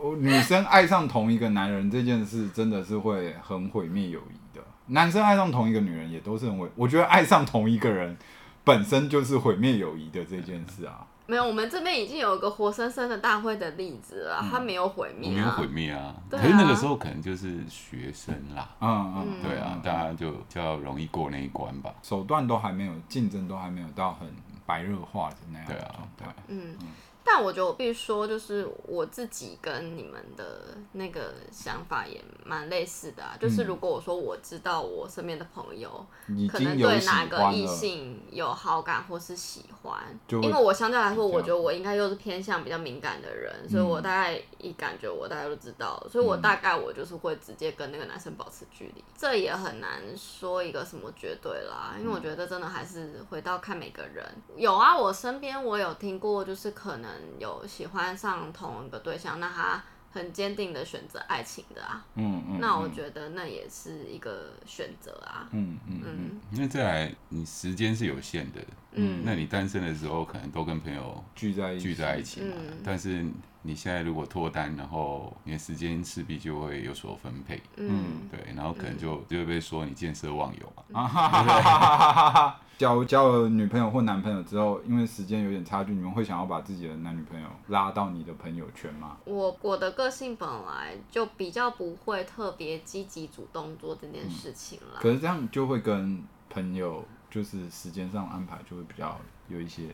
[SPEAKER 1] 呃女生爱上同一个男人这件事，真的是会很毁灭友谊的。男生爱上同一个女人，也都是很毁。我觉得爱上同一个人本身就是毁灭友谊的这件事啊。
[SPEAKER 3] 没有，我们这边已经有一个活生生的大会的例子了，他没有毁
[SPEAKER 2] 嗯我
[SPEAKER 3] 灭
[SPEAKER 2] 没有
[SPEAKER 3] 啊
[SPEAKER 2] 毁。灭啊，
[SPEAKER 3] 对
[SPEAKER 2] 可
[SPEAKER 3] 啊
[SPEAKER 2] 是那个时候可能就是学生啦，
[SPEAKER 1] 嗯嗯，
[SPEAKER 2] 对啊，大家就比较容易过那一关吧，
[SPEAKER 1] 手段都还没有，竞争都还没有到很白热化的那样
[SPEAKER 2] 对
[SPEAKER 1] 的
[SPEAKER 2] 啊
[SPEAKER 1] 状态。
[SPEAKER 3] 嗯，但我觉得我必须说，就是我自己跟你们的那个想法也蛮类似的啊。
[SPEAKER 2] 嗯
[SPEAKER 3] 就是如果我说我知道我身边的朋友、
[SPEAKER 1] 已
[SPEAKER 3] 可
[SPEAKER 1] 经
[SPEAKER 3] 能
[SPEAKER 1] 有
[SPEAKER 3] 对
[SPEAKER 1] 喜
[SPEAKER 3] 哪
[SPEAKER 1] 欢
[SPEAKER 3] 个
[SPEAKER 1] 了，
[SPEAKER 3] 异性有好感或是喜欢，
[SPEAKER 1] 就会
[SPEAKER 3] 因为我相对来说，
[SPEAKER 1] 这样嗯
[SPEAKER 3] 我觉得我应该又是偏向比较敏感的人，所以我大概一感觉我大概就知道了，所以我大概我就是会直接跟那个男生保持距离，这也很难说一个什么绝对啦，因为我
[SPEAKER 1] 嗯
[SPEAKER 3] 觉得这真的还是回到看每个人。有啊，我身边我有听过，就是可能有喜欢上同一个对象，那他很坚定的选择爱情的啊，
[SPEAKER 1] 嗯嗯，
[SPEAKER 3] 那我觉得那也是一个选择啊，
[SPEAKER 1] 嗯嗯嗯
[SPEAKER 3] 嗯
[SPEAKER 2] 那再来你时间是有限的，
[SPEAKER 3] 嗯
[SPEAKER 2] 那你单身的时候可能都跟朋友
[SPEAKER 1] 聚在一起
[SPEAKER 2] 聚在一起嘛，
[SPEAKER 3] 嗯
[SPEAKER 2] 但是你现在如果脱单，然后你的时间势必就会有所分配，
[SPEAKER 3] 嗯
[SPEAKER 2] 对，然后可能就就会被说你见色忘友嘛，
[SPEAKER 1] 啊哈哈哈哈哈哈哈！交交了女朋友或男朋友之后，因为时间有点差距，你们会想要把自己的男女朋友拉到你的朋友圈吗？
[SPEAKER 3] 我我的个性本来就比较不会特别积极主动做这件事情啦。
[SPEAKER 1] 嗯可是这样就会跟朋友就是时间上安排就会比较有一些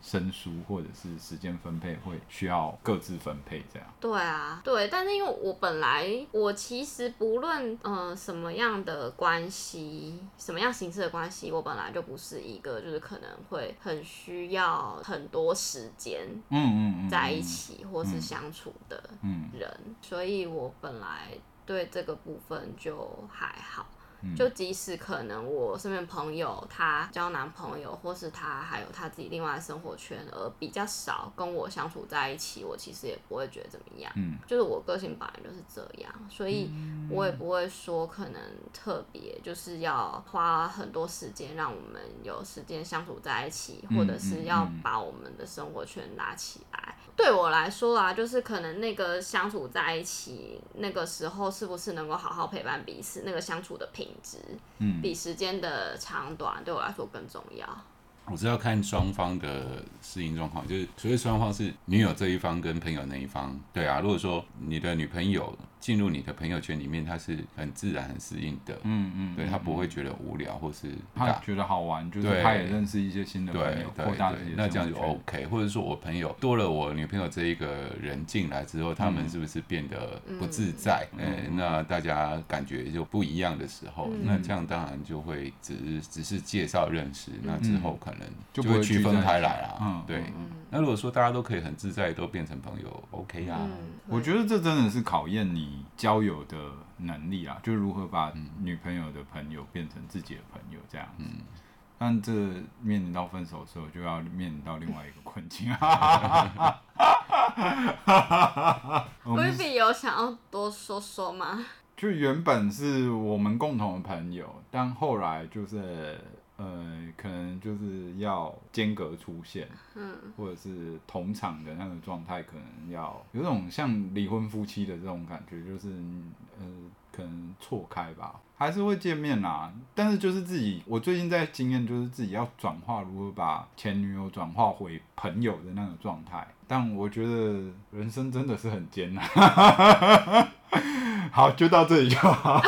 [SPEAKER 1] 生疏，或者是时间分配会需要各自分配这样。
[SPEAKER 3] 对啊，对，但是因为我本来我其实不论呃什么样的关系，什么样形式的关系，我本来就不是一个就是可能会很需要很多时间
[SPEAKER 1] 嗯嗯嗯，
[SPEAKER 3] 在一起或是相处的
[SPEAKER 1] 嗯。嗯
[SPEAKER 3] 人，所以我本来对这个部分就还好。就即使可能我身边朋友她交男朋友，或是她还有她自己另外的生活圈，而比较少跟我相处在一起，我其实也不会觉得怎么样。
[SPEAKER 1] 嗯，
[SPEAKER 3] 就是我个性本来就是这样，所以我也不会说可能特别就是要花很多时间让我们有时间相处在一起，
[SPEAKER 1] 嗯
[SPEAKER 3] 或者是要
[SPEAKER 1] 嗯嗯
[SPEAKER 3] 把我们的生活圈拉起来。对我来说啦，就是可能那个相处在一起那个时候，是不是能够好好陪伴彼此，那个相处的品质，
[SPEAKER 1] 嗯
[SPEAKER 3] 比时间的长短对我来说更重要。
[SPEAKER 2] 我是要看双方的适应状况，就是所谓双方是女友这一方跟朋友那一方。对啊，如果说你的女朋友进入你的朋友圈里面，她是很自然、很适应的，
[SPEAKER 1] 嗯嗯，
[SPEAKER 2] 对她不会觉得无聊或是
[SPEAKER 1] 他
[SPEAKER 2] 尬。
[SPEAKER 1] 觉得好玩，就是
[SPEAKER 2] 对
[SPEAKER 1] 他也认识一些新的
[SPEAKER 2] 对
[SPEAKER 1] 朋友，
[SPEAKER 2] 对
[SPEAKER 1] 扩大自
[SPEAKER 2] 对
[SPEAKER 1] 己，的
[SPEAKER 2] 那这样
[SPEAKER 1] 生
[SPEAKER 2] 就
[SPEAKER 1] 活圈
[SPEAKER 2] OK。或者说我朋友多了我女朋友这一个人进来之后，他
[SPEAKER 1] 嗯
[SPEAKER 2] 们是不是变得不自在？嗯，那大家感觉就不一样的时候，
[SPEAKER 3] 嗯
[SPEAKER 2] 那这样当然就会只是只是介绍认识，那之后可能
[SPEAKER 1] 嗯就不
[SPEAKER 2] 会
[SPEAKER 1] 会
[SPEAKER 2] 区
[SPEAKER 1] 聚
[SPEAKER 2] 分
[SPEAKER 1] 在一
[SPEAKER 2] 开
[SPEAKER 1] 起
[SPEAKER 2] 来啦。
[SPEAKER 1] 嗯
[SPEAKER 2] 对
[SPEAKER 1] 嗯。
[SPEAKER 2] 那如果说大家都可以很自在，都变成朋友，OK 啊。
[SPEAKER 3] 嗯，
[SPEAKER 1] 我觉得这真的是考验你交友的能力啊，就是如何把女朋友的朋友变成自己的朋友这样子。但这面临到分手的时候，就要面临到另外一个困境啊。我
[SPEAKER 3] 威
[SPEAKER 1] 们
[SPEAKER 3] 比有想要多说说吗？
[SPEAKER 1] 就原本是我们共同的朋友，但后来就是呃，可能就是要间隔出现，
[SPEAKER 3] 嗯，
[SPEAKER 1] 或者是同场的那个状态，可能要有种像离婚夫妻的这种感觉，就是呃，可能错开吧，还是会见面啦。但是就是自己，我最近在经验就是自己要转化，如何把前女友转化回朋友的那个状态。但我觉得人生真的是很艰难。好，就到这里就 好。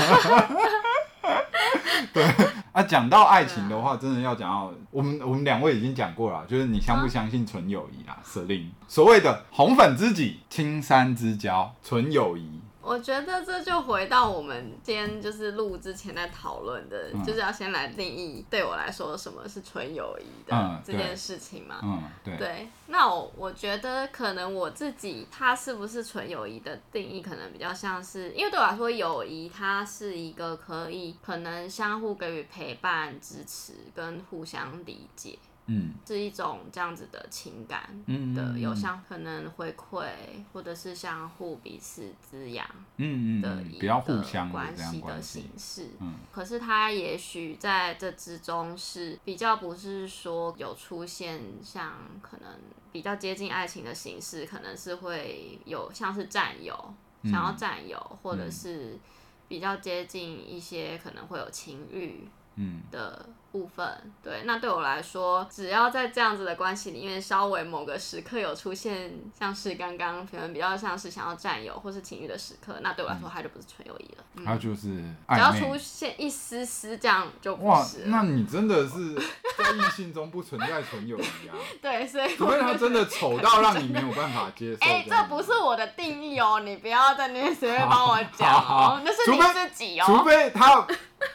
[SPEAKER 1] 对啊，讲到爱情的话，真的要讲到我们我们两位已经讲过了，就是你相不相信纯友谊啦，
[SPEAKER 3] 啊
[SPEAKER 1] 舍令所谓的红粉知己、青山之交、纯友谊，
[SPEAKER 3] 我觉得这就回到我们今天就是录之前在讨论的，
[SPEAKER 1] 嗯
[SPEAKER 3] 就是要先来定义对我来说什么是纯友谊
[SPEAKER 1] 嗯
[SPEAKER 3] 的这
[SPEAKER 1] 对
[SPEAKER 3] 件事情嘛。
[SPEAKER 1] 嗯，对，
[SPEAKER 3] 对，那我我觉得可能我自己它是不是纯友谊的定义，可能比较像是，因为对我来说，友谊它是一个可以可能相互给予陪伴、支持跟互相理解，
[SPEAKER 1] 嗯
[SPEAKER 3] 是一种这样子的情感
[SPEAKER 1] 嗯
[SPEAKER 3] 的，有
[SPEAKER 1] 嗯
[SPEAKER 3] 相可能回馈，或者是相互彼此滋养。
[SPEAKER 1] 嗯嗯
[SPEAKER 3] 的
[SPEAKER 1] 嗯
[SPEAKER 3] 一，
[SPEAKER 1] 不要
[SPEAKER 3] 个
[SPEAKER 1] 互相的
[SPEAKER 3] 关
[SPEAKER 1] 这样
[SPEAKER 3] 系的
[SPEAKER 1] 关
[SPEAKER 3] 形
[SPEAKER 1] 系，
[SPEAKER 3] 式。
[SPEAKER 1] 嗯
[SPEAKER 3] 可是他也许在这之中是比较不是说有出现像可能比较接近爱情的形式，可能是会有像是占有，
[SPEAKER 1] 嗯
[SPEAKER 3] 想要占有，或者是比较接近一些可能会有情欲，
[SPEAKER 1] 嗯
[SPEAKER 3] 的部分。对，那对我来说，只要在这样子的关系里面，稍微某个时刻有出现，像是刚刚可能比较像是想要占有或是情欲的时刻，那对我来说，它就不是纯友谊了。嗯
[SPEAKER 1] 还有就是
[SPEAKER 3] 只要
[SPEAKER 1] 暧
[SPEAKER 3] 出
[SPEAKER 1] 昧。
[SPEAKER 3] 现一丝丝这样就不
[SPEAKER 1] 哇
[SPEAKER 3] 是，
[SPEAKER 1] 那
[SPEAKER 3] 了。
[SPEAKER 1] 你真的是在异性中不存在纯友谊 啊，
[SPEAKER 3] 对，所以
[SPEAKER 1] 除非他真的丑到让你没有办法接受。样
[SPEAKER 3] 哎、这不是我的定义哦，你不要在那边随便帮我讲
[SPEAKER 1] 好好
[SPEAKER 3] 哦，那是
[SPEAKER 1] 除非
[SPEAKER 3] 你自己
[SPEAKER 1] 除
[SPEAKER 3] 哦。
[SPEAKER 1] 非他，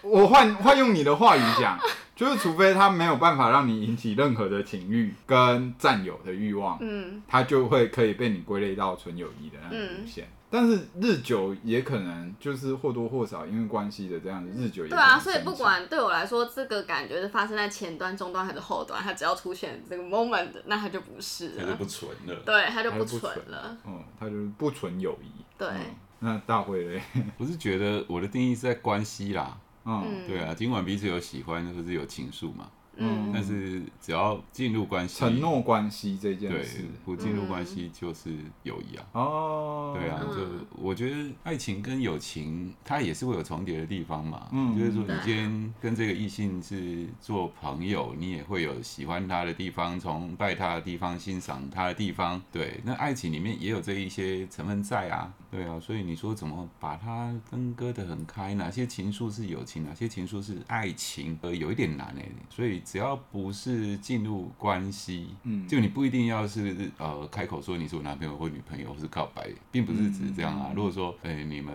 [SPEAKER 1] 我换换用你的话语讲， 就是除非他没有办法让你引起任何的情欲跟占有的欲望，
[SPEAKER 3] 嗯，
[SPEAKER 1] 他就会可以被你归类到纯友谊的那种路
[SPEAKER 3] 嗯
[SPEAKER 1] 线。但是日久也可能就是或多或少因为关系的这样子，日久也
[SPEAKER 3] 对
[SPEAKER 1] 可
[SPEAKER 3] 啊，
[SPEAKER 1] 能
[SPEAKER 3] 所以
[SPEAKER 1] 生
[SPEAKER 3] 不
[SPEAKER 1] 气
[SPEAKER 3] 管对我来说，这个感觉是发生在前端、中端还是后端，它只要出现这个 moment，那它就不是
[SPEAKER 2] 那就
[SPEAKER 3] 了
[SPEAKER 2] 不，纯了。
[SPEAKER 3] 对，它就
[SPEAKER 1] 他
[SPEAKER 3] 不
[SPEAKER 1] 就
[SPEAKER 3] 纯
[SPEAKER 1] 纯
[SPEAKER 3] 了。，
[SPEAKER 1] 嗯，他就是不纯友谊。
[SPEAKER 3] 对，
[SPEAKER 1] 嗯那大会嘞，
[SPEAKER 2] 我是觉得我的定义是在关系啦，
[SPEAKER 1] 嗯，
[SPEAKER 3] 嗯，
[SPEAKER 2] 对啊，尽管彼此有喜欢或是有情愫嘛，
[SPEAKER 1] 嗯
[SPEAKER 2] 但是只要进入关系，
[SPEAKER 1] 承诺关系这件
[SPEAKER 2] 对
[SPEAKER 1] 事，，
[SPEAKER 2] 不进入关系就是友谊啊。
[SPEAKER 1] 哦，
[SPEAKER 2] 对啊，就
[SPEAKER 3] 嗯
[SPEAKER 2] 我觉得爱情跟友情，它也是会有重叠的地方嘛。
[SPEAKER 1] 嗯
[SPEAKER 2] 就是说你
[SPEAKER 3] 对
[SPEAKER 2] 今天跟这个异性是做朋友，你也会有喜欢他的地方、崇拜他的地方、欣赏他的地方。对，那爱情里面也有这一些成分在啊。对啊，所以你说怎么把它分割得很开？哪些情愫是友情，哪些情愫是爱情？呃，有一点难哎、所以只要不是进入关系，
[SPEAKER 1] 嗯
[SPEAKER 2] 就你不一定要是呃开口说你是我男朋友或女朋友，或是
[SPEAKER 1] 嗯
[SPEAKER 2] 告白，并不是只是这样啊。如果说，哎、你们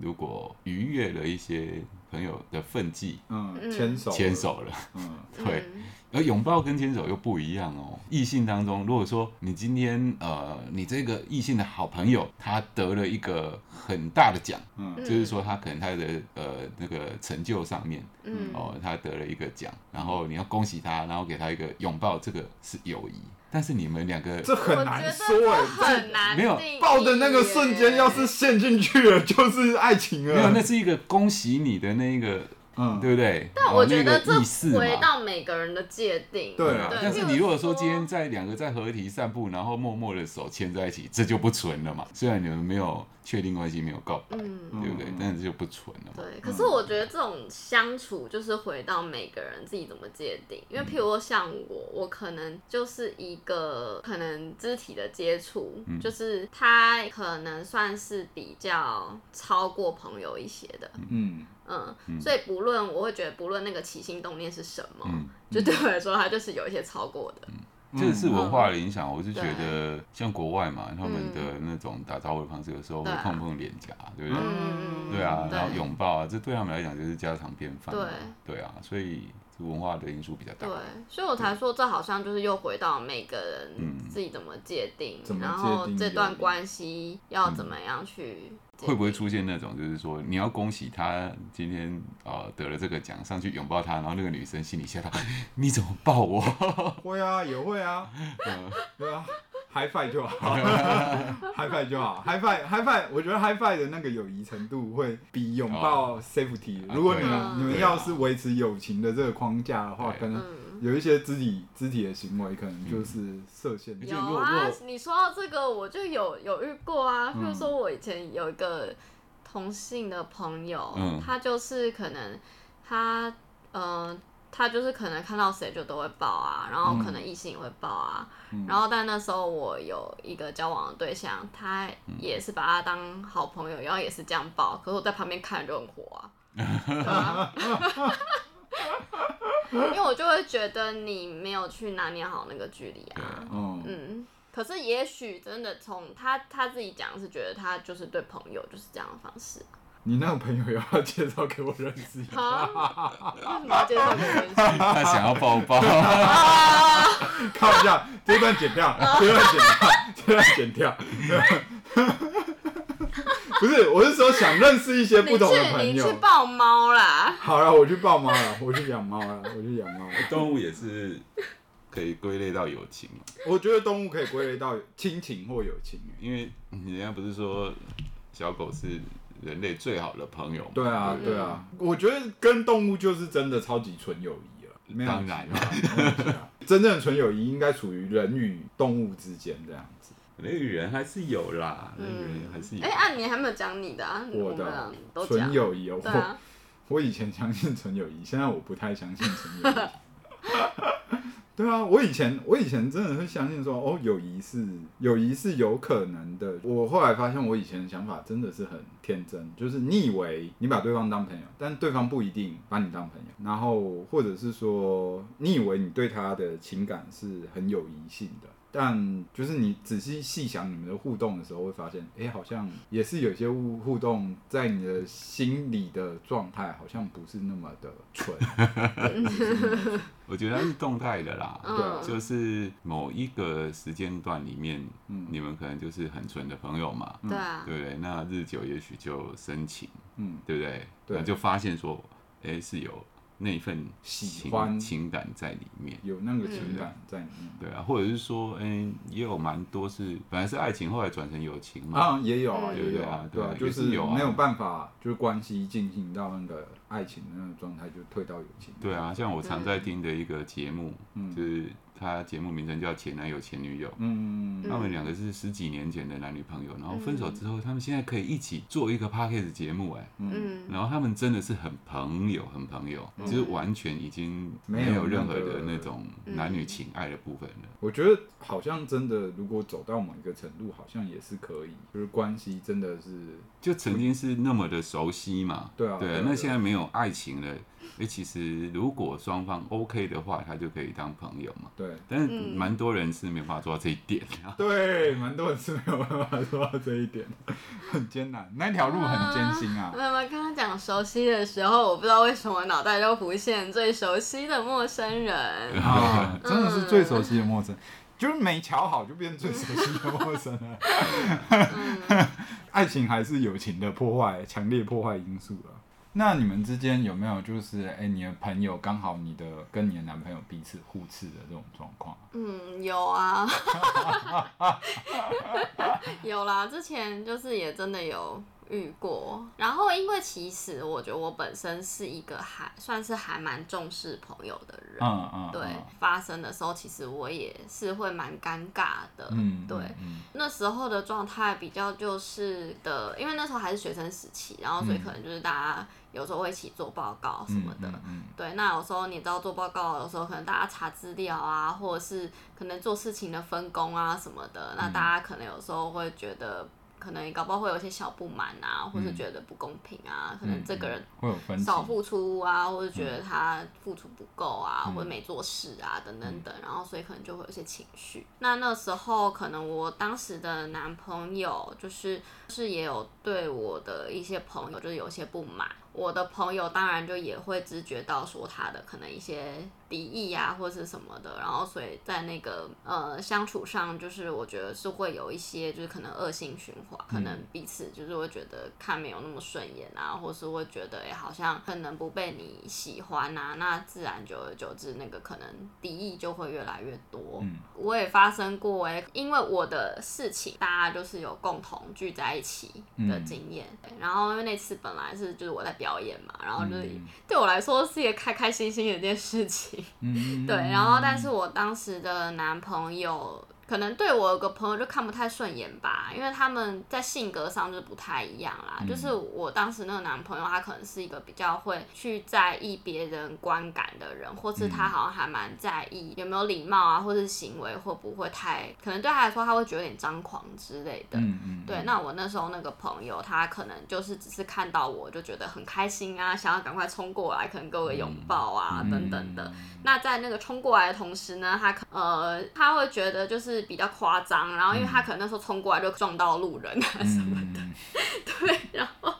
[SPEAKER 2] 如果逾越了一些朋友的奋际
[SPEAKER 1] 嗯，
[SPEAKER 3] 嗯
[SPEAKER 1] 牵手，
[SPEAKER 2] 牵，手了。
[SPEAKER 1] 嗯，
[SPEAKER 2] 对，而拥抱跟牵手又不一样哦。异性当中，如果说你今天呃，你这个异性的好朋友，他得了一个很大的奖，
[SPEAKER 1] 嗯
[SPEAKER 2] 就是说他可能他的呃那个成就上面
[SPEAKER 3] 嗯，嗯，
[SPEAKER 2] 哦，他得了一个奖，然后你要恭喜他，然后给他一个拥抱，这个是友谊。但是你们两个
[SPEAKER 1] 这很难说
[SPEAKER 3] 我
[SPEAKER 1] 哎
[SPEAKER 3] 觉得这，很难
[SPEAKER 2] 没有
[SPEAKER 3] 定义
[SPEAKER 1] 抱的那个瞬间，
[SPEAKER 3] 耶
[SPEAKER 1] 要是陷进去了，就是爱情了。
[SPEAKER 2] 没有，那是一个恭喜你的那个，
[SPEAKER 1] 嗯，
[SPEAKER 2] 对不对？
[SPEAKER 3] 但
[SPEAKER 2] 哦
[SPEAKER 3] 我觉得
[SPEAKER 2] 那个意思
[SPEAKER 3] 这
[SPEAKER 2] 嘛
[SPEAKER 3] 回到每个人的界定，
[SPEAKER 1] 对啊
[SPEAKER 2] 啊
[SPEAKER 3] 对，
[SPEAKER 2] 但是你
[SPEAKER 3] 譬
[SPEAKER 2] 如果说今天在两个在合体散步，然后默默的手牵在一起，这就不纯了嘛。虽然你们没有确定关系，没有告白，
[SPEAKER 3] 嗯，
[SPEAKER 1] 嗯
[SPEAKER 2] 对不对
[SPEAKER 1] 嗯？
[SPEAKER 2] 但是就不纯了嘛。
[SPEAKER 3] 对。可是我觉得这种相处就是回到每个人自己怎么界定，因为譬如说像我，我可能就是一个可能肢体的接触，
[SPEAKER 2] 嗯
[SPEAKER 3] 就是他可能算是比较超过朋友一些的，
[SPEAKER 1] 嗯，
[SPEAKER 3] 嗯，所以不论我会觉得不论那个起心动念是什么，
[SPEAKER 2] 嗯
[SPEAKER 3] 就对我来说，它就是有一些超过我的，
[SPEAKER 1] 嗯
[SPEAKER 2] 这是文化的影响，我是觉得像国外嘛，他们的那种打招呼的方式，有时候会
[SPEAKER 3] 对啊
[SPEAKER 2] 碰碰脸颊，对不对？
[SPEAKER 3] 嗯，
[SPEAKER 2] 对啊，
[SPEAKER 3] 对
[SPEAKER 2] 然后拥抱啊，这对他们来讲就是家常便饭嘛。
[SPEAKER 3] 对
[SPEAKER 2] 对啊，所以这文化的因素比较大
[SPEAKER 3] 对。，所以我才说这好像就是又回到每个人自己怎么界定，
[SPEAKER 1] 怎么
[SPEAKER 3] 然后
[SPEAKER 1] 界定
[SPEAKER 3] 这
[SPEAKER 1] 友
[SPEAKER 3] 段
[SPEAKER 1] 谊
[SPEAKER 3] 关系要怎么样去界定、
[SPEAKER 2] 会不会出现那种，就是说你要恭喜他今天呃得了这个奖，上去拥抱他，然后那个女生心里 吓到，你怎么抱我？
[SPEAKER 1] 会啊，也会啊，对啊。嗨 i 就好，嗨 i 就好，嗨 i 嗨 i 我觉得嗨 i 的那个友谊程度会比拥抱 safety。
[SPEAKER 2] 啊
[SPEAKER 1] 如果你
[SPEAKER 2] 对
[SPEAKER 3] 啊
[SPEAKER 1] 们你们
[SPEAKER 2] 对啊
[SPEAKER 1] 要是维持友情的这个框架的话，
[SPEAKER 2] 对啊
[SPEAKER 1] 可能
[SPEAKER 3] 嗯，
[SPEAKER 1] 有一些肢体肢体的行为，可能就是设限。
[SPEAKER 2] 嗯
[SPEAKER 3] 有
[SPEAKER 2] 就如果
[SPEAKER 3] 啊
[SPEAKER 2] 如果，
[SPEAKER 3] 你说到这个，我就有有遇过啊，比
[SPEAKER 1] 嗯
[SPEAKER 3] 如说我以前有一个同性的朋友，
[SPEAKER 2] 嗯
[SPEAKER 3] 他就是可能他呃。他就是可能看到谁就都会抱啊，然后可
[SPEAKER 2] 嗯
[SPEAKER 3] 能异性也会抱啊，
[SPEAKER 1] 嗯
[SPEAKER 3] 然后但那时候我有一个交往的对象，他
[SPEAKER 2] 嗯
[SPEAKER 3] 也是把他当好朋友，然后也是这样抱，可是我在旁边看就很火 啊，对啊因为我就会觉得你没有去拿捏好那个距离
[SPEAKER 2] 对
[SPEAKER 3] 啊
[SPEAKER 2] 啊，
[SPEAKER 1] 嗯
[SPEAKER 3] 嗯，可是也许真的从他他自己讲是觉得他就是对朋友就是这样的方 式，
[SPEAKER 1] 你那个朋友要不要介绍给我认识一下？
[SPEAKER 3] 啊，为什么要介绍给 人家？
[SPEAKER 2] 他想要抱抱，
[SPEAKER 1] 看一下，这段剪掉，
[SPEAKER 3] 哦
[SPEAKER 1] 这段剪掉，这段剪掉。 不是，我是说想认识一些
[SPEAKER 3] 你
[SPEAKER 1] 不同的
[SPEAKER 3] 去
[SPEAKER 1] 朋
[SPEAKER 3] 你去
[SPEAKER 1] 友。
[SPEAKER 3] 抱猫啦，
[SPEAKER 1] 好了，我去抱猫了，我去养猫了，我去养猫了。
[SPEAKER 2] 动物也是可以归类到友情嘛，
[SPEAKER 1] 我觉得动物可以归类到亲情或友情。欸
[SPEAKER 2] 因为人家不是说小狗是人类最好的朋友嘛？
[SPEAKER 1] 对
[SPEAKER 3] 嗯
[SPEAKER 1] 啊，对啊，我觉得跟动物就是真的超级纯友谊了。没有
[SPEAKER 2] 当然
[SPEAKER 1] 其他没有其他真正的纯友谊应该属于人与动物之间这样子。
[SPEAKER 2] 人与人还是有啦，人与人还是有
[SPEAKER 3] 哎、。啊，你还没有讲你的啊，
[SPEAKER 1] 我
[SPEAKER 3] 们俩
[SPEAKER 1] 的
[SPEAKER 3] 都
[SPEAKER 1] 纯
[SPEAKER 3] 讲，
[SPEAKER 1] 友谊，哦
[SPEAKER 3] 对
[SPEAKER 1] 我
[SPEAKER 3] 啊，
[SPEAKER 1] 我以前相信纯友谊，现在我不太相信纯友谊。对啊，我以前我以前真的会相信说，哦，友谊是友谊是有可能的。我后来发现，我以前的想法真的是很天真，就是你以为你把对方当朋友，但对方不一定把你当朋友。然后或者是说，你以为你对他的情感是很有疑性的，但就是你仔细细想你们的互动的时候，会发现，哎、好像也是有些互互动在你的心理的状态，好像不是那么的纯。
[SPEAKER 2] 我觉得它是动态的啦，
[SPEAKER 1] 啊
[SPEAKER 3] 嗯
[SPEAKER 2] 就是某一个时间段里面，
[SPEAKER 1] 嗯
[SPEAKER 2] 你们可能就是很纯的朋友嘛，
[SPEAKER 3] 对啊，
[SPEAKER 2] 嗯对不对？那日久也许就深情，
[SPEAKER 1] 嗯，
[SPEAKER 2] 对不对？
[SPEAKER 1] 对
[SPEAKER 2] 那就发现说，哎，是有那一份
[SPEAKER 1] 喜
[SPEAKER 2] 情
[SPEAKER 1] 欢
[SPEAKER 2] 情感在里面，
[SPEAKER 1] 有那个情
[SPEAKER 3] 嗯
[SPEAKER 1] 感在里面。
[SPEAKER 2] 对啊，或者是说，哎，也有蛮多是本来是爱情，后来转成友情嘛，
[SPEAKER 1] 啊，也有啊，
[SPEAKER 3] 嗯
[SPEAKER 1] 也有啊，
[SPEAKER 2] 对
[SPEAKER 1] 对
[SPEAKER 2] 啊
[SPEAKER 1] 啊，
[SPEAKER 2] 对啊
[SPEAKER 1] 就
[SPEAKER 2] 也是有啊
[SPEAKER 1] 没有办法，就是关系进行到那个爱情的那个状态，就退到友情。
[SPEAKER 2] 对啊，像我常在听的一个节目，
[SPEAKER 1] 嗯
[SPEAKER 2] 就是它节目名称叫《前男友前女友》。
[SPEAKER 1] 嗯，嗯，
[SPEAKER 2] 他们两个是十几年前的男女朋友，然后分手之后，他们现在可以一起做一个 podcast 节目，哎，
[SPEAKER 3] 嗯，
[SPEAKER 2] 然后他们真的是很朋友，很朋友，就是完全已经没有任何的那种
[SPEAKER 3] 嗯
[SPEAKER 2] 男女情爱的部分了。
[SPEAKER 1] 我觉得好像真的，如果走到某一个程度，好像也是可以，就是关系真的是
[SPEAKER 2] 就曾经是那么的熟悉嘛，
[SPEAKER 1] 对啊对啊对
[SPEAKER 2] 对
[SPEAKER 1] 啊
[SPEAKER 2] 那现在没有爱情了，诶，其实如果双方 OK 的话，他就可以当朋友嘛。
[SPEAKER 1] 对
[SPEAKER 2] 但是
[SPEAKER 3] 嗯
[SPEAKER 2] 蛮多人是没有办法做到这一点啊。
[SPEAKER 1] 对，蛮多人是没有办法做到这一点，很艰难，那条路很艰辛啊。
[SPEAKER 3] 妈妈刚刚讲熟悉的时候，我不知道为什么脑袋就浮现最熟悉的陌生人。
[SPEAKER 1] 啊，真的是最熟悉的陌生，就是没瞧好就变最熟悉的陌生了。爱情还是友情的破坏，强烈破坏因素了。那你们之间有没有就是，哎、你的朋友刚好你的跟你的男朋友彼此互斥的这种状况？
[SPEAKER 3] 嗯，有啊， 有啦，之前就是也真的有遇过。然后，因为其实我觉得我本身是一个还算是还蛮重视朋友的人，
[SPEAKER 1] 嗯嗯，
[SPEAKER 3] 对
[SPEAKER 1] 嗯，
[SPEAKER 3] 发生的时候，其实我也是会蛮尴尬的，
[SPEAKER 1] 嗯，
[SPEAKER 3] 对。
[SPEAKER 1] 嗯，
[SPEAKER 3] 那时候的状态比较就是的，因为那时候还是学生时期，然后所以
[SPEAKER 1] 嗯
[SPEAKER 3] 可能就是大家有时候会一起做报告什么的。
[SPEAKER 1] 嗯嗯
[SPEAKER 3] 对，那有时候你知道做报告，有时候可能大家查资料啊，或者是可能做事情的分工啊什么的，那大家可能有时候会觉得，可能搞不好会有一些小不满啊，或者觉得不公平啊，可能这个人
[SPEAKER 1] 会有分歧
[SPEAKER 3] 少付出啊，或者觉得他付出不够啊，或者没做事啊，等等等，然后所以可能就会有一些情绪。那那时候可能我当时的男朋友就是是也有对我的一些朋友就是有些不满，我的朋友当然就也会知觉到说他的可能一些敌意啊或者是什么的，然后所以在那个呃相处上，就是我觉得是会有一些就是可能恶性循环，可能彼此就是会觉得看没有那么顺眼啊，或是会觉得哎、诶好像可能不被你喜欢啊，那自然久而久之那个可能敌意就会越来越多。
[SPEAKER 1] 嗯
[SPEAKER 3] 我也发生过哎、诶因为我的事情大家就是有共同聚在一起的经验，然后因为那次本来是就是我在表演嘛，然后就是、
[SPEAKER 1] 嗯
[SPEAKER 3] 对我来说是一个开开心心的一件事情。
[SPEAKER 1] 嗯，
[SPEAKER 3] 对，然后但是我当时的男朋友可能对我有个朋友就看不太顺眼吧，因为他们在性格上就是不太一样啦。就是我当时那个男朋友，他可能是一个比较会去在意别人观感的人，或是他好像还蛮在意有没有礼貌啊，或是行为会不会太，可能对他来说他会觉得有点张狂之类的。
[SPEAKER 1] 嗯嗯，
[SPEAKER 3] 对，那我那时候那个朋友，他可能就是只是看到我就觉得很开心啊，想要赶快冲过来，可能给我个拥
[SPEAKER 1] 嗯
[SPEAKER 3] 抱啊，等等的。那在那个冲过来的同时呢，他可呃他会觉得就是比较夸张，然后因为他可能那时候冲过来就撞到路人 啊什么，
[SPEAKER 1] 嗯嗯
[SPEAKER 3] 对，然后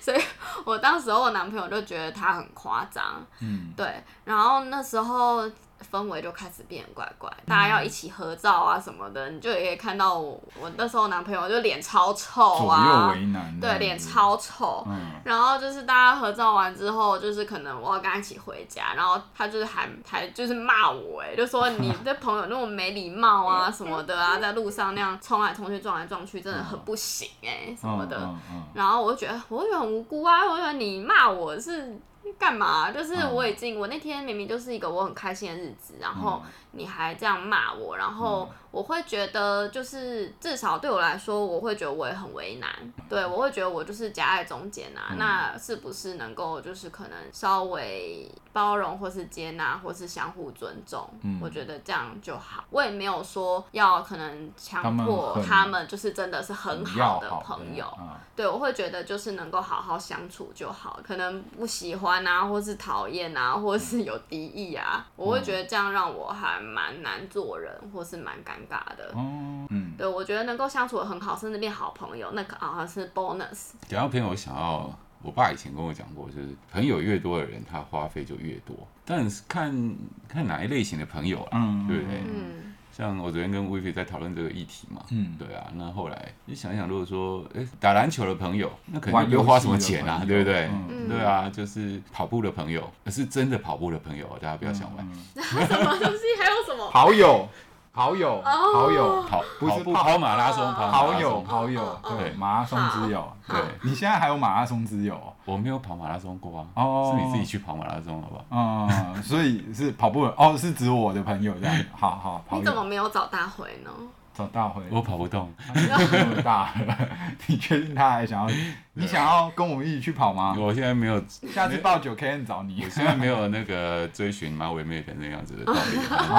[SPEAKER 3] 所以我当时候我男朋友就觉得他很夸张，
[SPEAKER 1] 嗯
[SPEAKER 3] 对，然后那时候氛围就开始变怪怪，
[SPEAKER 1] 嗯
[SPEAKER 3] 大家要一起合照啊什么的，你就也可以看到我我那时候男朋友就脸超臭
[SPEAKER 1] 左右
[SPEAKER 3] 啊，
[SPEAKER 1] 为难，
[SPEAKER 3] 对，脸，超臭。
[SPEAKER 1] 嗯
[SPEAKER 3] 然后就是大家合照完之后，就是可能我要跟他一起回家，然后他就是还还就是骂我，哎，就说你这朋友那么没礼貌啊什么的
[SPEAKER 1] 嗯
[SPEAKER 3] 啊，在路上那样冲来冲去、撞来撞去，真的很不行哎什么的。
[SPEAKER 1] 嗯嗯
[SPEAKER 3] 然后我就觉得，我就觉得很无辜啊，我就觉得你骂我是干嘛？就是
[SPEAKER 1] 嗯
[SPEAKER 3] 我已经，我那天明明就是一个我很开心的日子，然后
[SPEAKER 1] 嗯
[SPEAKER 3] 你还这样骂我，然后我会觉得，就是至少对我来说，我会觉得我也很为难，对我会觉得我就是夹在中间
[SPEAKER 1] 嗯
[SPEAKER 3] 啊，那是不是能够就是可能稍微包容或是接纳或是相互尊重？
[SPEAKER 1] 嗯
[SPEAKER 3] 我觉得这样就好，我也没有说要可能
[SPEAKER 1] 他
[SPEAKER 3] 强
[SPEAKER 1] 们
[SPEAKER 3] 迫
[SPEAKER 1] 很
[SPEAKER 3] 他们，就是真的是很
[SPEAKER 1] 嗯，
[SPEAKER 3] 好的
[SPEAKER 1] 要
[SPEAKER 3] 朋友。
[SPEAKER 1] 啊
[SPEAKER 3] 对，我会觉得就是能够好好相处就好，可能不喜欢啊，或是讨厌啊，或是有敌意啊，我会觉得这样让我还蛮难做人，或是蛮尴尬的。
[SPEAKER 1] 哦，嗯，
[SPEAKER 3] 对，我觉得能够相处的很好，甚至变好朋友，那个好像是 bonus。
[SPEAKER 2] 讲到朋友，我想要我爸以前跟我讲过，就是朋友越多的人，他花费就越多，但是看看哪一类型的朋友啊，
[SPEAKER 1] 嗯
[SPEAKER 2] 对不对？
[SPEAKER 3] 嗯
[SPEAKER 2] 像我昨天跟 Vivi 在讨论这个议题嘛，
[SPEAKER 1] 嗯
[SPEAKER 2] 对啊，那后来你想一想，如果说哎打篮球的朋友，那可能
[SPEAKER 1] 玩
[SPEAKER 2] 就不
[SPEAKER 1] 游
[SPEAKER 2] 用
[SPEAKER 1] 戏
[SPEAKER 2] 花什么
[SPEAKER 1] 的
[SPEAKER 2] 钱啊，
[SPEAKER 1] 朋
[SPEAKER 2] 对
[SPEAKER 1] 友
[SPEAKER 2] 不对？
[SPEAKER 3] 嗯
[SPEAKER 2] 对啊，就是跑步的朋友，是真的跑步的朋友，大家不要想玩、
[SPEAKER 1] 嗯嗯
[SPEAKER 3] 什么东西？还有什么？
[SPEAKER 1] 好友，好友，
[SPEAKER 3] 哦
[SPEAKER 1] 好友，
[SPEAKER 2] 跑
[SPEAKER 1] 不是
[SPEAKER 2] 跑步
[SPEAKER 1] 跑
[SPEAKER 2] 跑马拉松，跑马
[SPEAKER 1] 好
[SPEAKER 2] 拉
[SPEAKER 1] 友，
[SPEAKER 2] 松，
[SPEAKER 1] 好友
[SPEAKER 3] 嗯，嗯
[SPEAKER 1] 对，
[SPEAKER 2] 嗯
[SPEAKER 1] 马拉松之友，
[SPEAKER 2] 对
[SPEAKER 1] 你现在还有马拉松之友哦
[SPEAKER 2] 我没有跑马拉松过啊，
[SPEAKER 1] 哦
[SPEAKER 2] 是你自己去跑马拉松好不好？
[SPEAKER 1] 嗯，所以是跑步的哦，是指我的朋友这 样，好 好，跑
[SPEAKER 3] 你怎么
[SPEAKER 1] 友，
[SPEAKER 3] 没有找大回呢？嗯
[SPEAKER 1] 找大回，
[SPEAKER 2] 我跑不动，
[SPEAKER 1] 这么大了， 你确定他还想要，你想要跟我们一起去跑吗？
[SPEAKER 2] 我现在啊没有
[SPEAKER 1] 下次报九 K N 找你
[SPEAKER 2] 我现在没有那个追寻马尾妹的那样子的道理。
[SPEAKER 1] 哦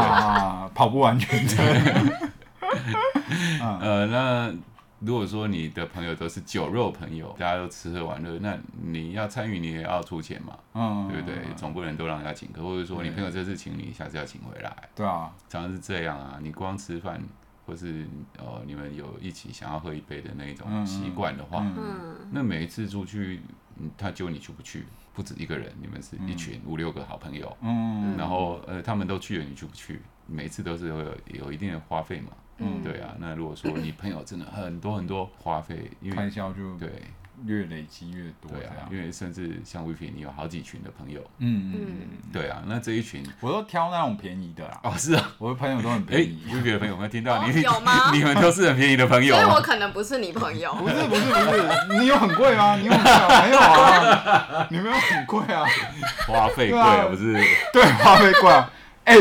[SPEAKER 1] 啊，跑步完全车，
[SPEAKER 2] 呃，那如果说你的朋友都是酒肉朋友，大家都吃喝玩乐，那你要参与，你也要出钱嘛，
[SPEAKER 1] 嗯，
[SPEAKER 2] 对不对？总不能都让人家请客，或者说你朋友这次请你，下次要请回来，
[SPEAKER 1] 对啊，
[SPEAKER 2] 常常是这样啊。你光吃饭，或是呃你们有一起想要喝一杯的那种
[SPEAKER 1] 嗯
[SPEAKER 2] 习惯的话，
[SPEAKER 1] 嗯，
[SPEAKER 3] 嗯，
[SPEAKER 2] 那每一次出去，嗯他揪你去不去？不止一个人，你们是一群五六个好朋友，
[SPEAKER 1] 嗯，
[SPEAKER 2] 然后呃，他们都去了，你去不去？每一次都是会有有一定的花费嘛，
[SPEAKER 3] 嗯
[SPEAKER 2] 对啊。那如果说你朋友真的很多很多花费，因
[SPEAKER 1] 开
[SPEAKER 2] 为
[SPEAKER 1] 销就
[SPEAKER 2] 对
[SPEAKER 1] 越累积越多这
[SPEAKER 2] 对啊
[SPEAKER 1] 样，，
[SPEAKER 2] 因为甚至像 Vivi，你有好几群的朋友，
[SPEAKER 1] 嗯嗯
[SPEAKER 3] 嗯
[SPEAKER 1] 嗯，
[SPEAKER 2] 对啊，那这一群
[SPEAKER 1] 我都挑那种便宜的啦，
[SPEAKER 2] 哦是啊，
[SPEAKER 1] 我的朋友都很
[SPEAKER 2] 哎
[SPEAKER 1] 便 宜。
[SPEAKER 2] ，Vivi 的朋友有没有听到？
[SPEAKER 3] 哦
[SPEAKER 2] 你
[SPEAKER 3] 有吗
[SPEAKER 2] 你们都是很便宜的朋友
[SPEAKER 3] 所以，我可能不是你朋友，
[SPEAKER 1] 不是不是不是，你有很贵 吗？你有很贵吗？没有啊， 你没有很贵啊。
[SPEAKER 2] 花费
[SPEAKER 1] 对啊
[SPEAKER 2] 贵不是？
[SPEAKER 1] 对，花费贵啊。哎、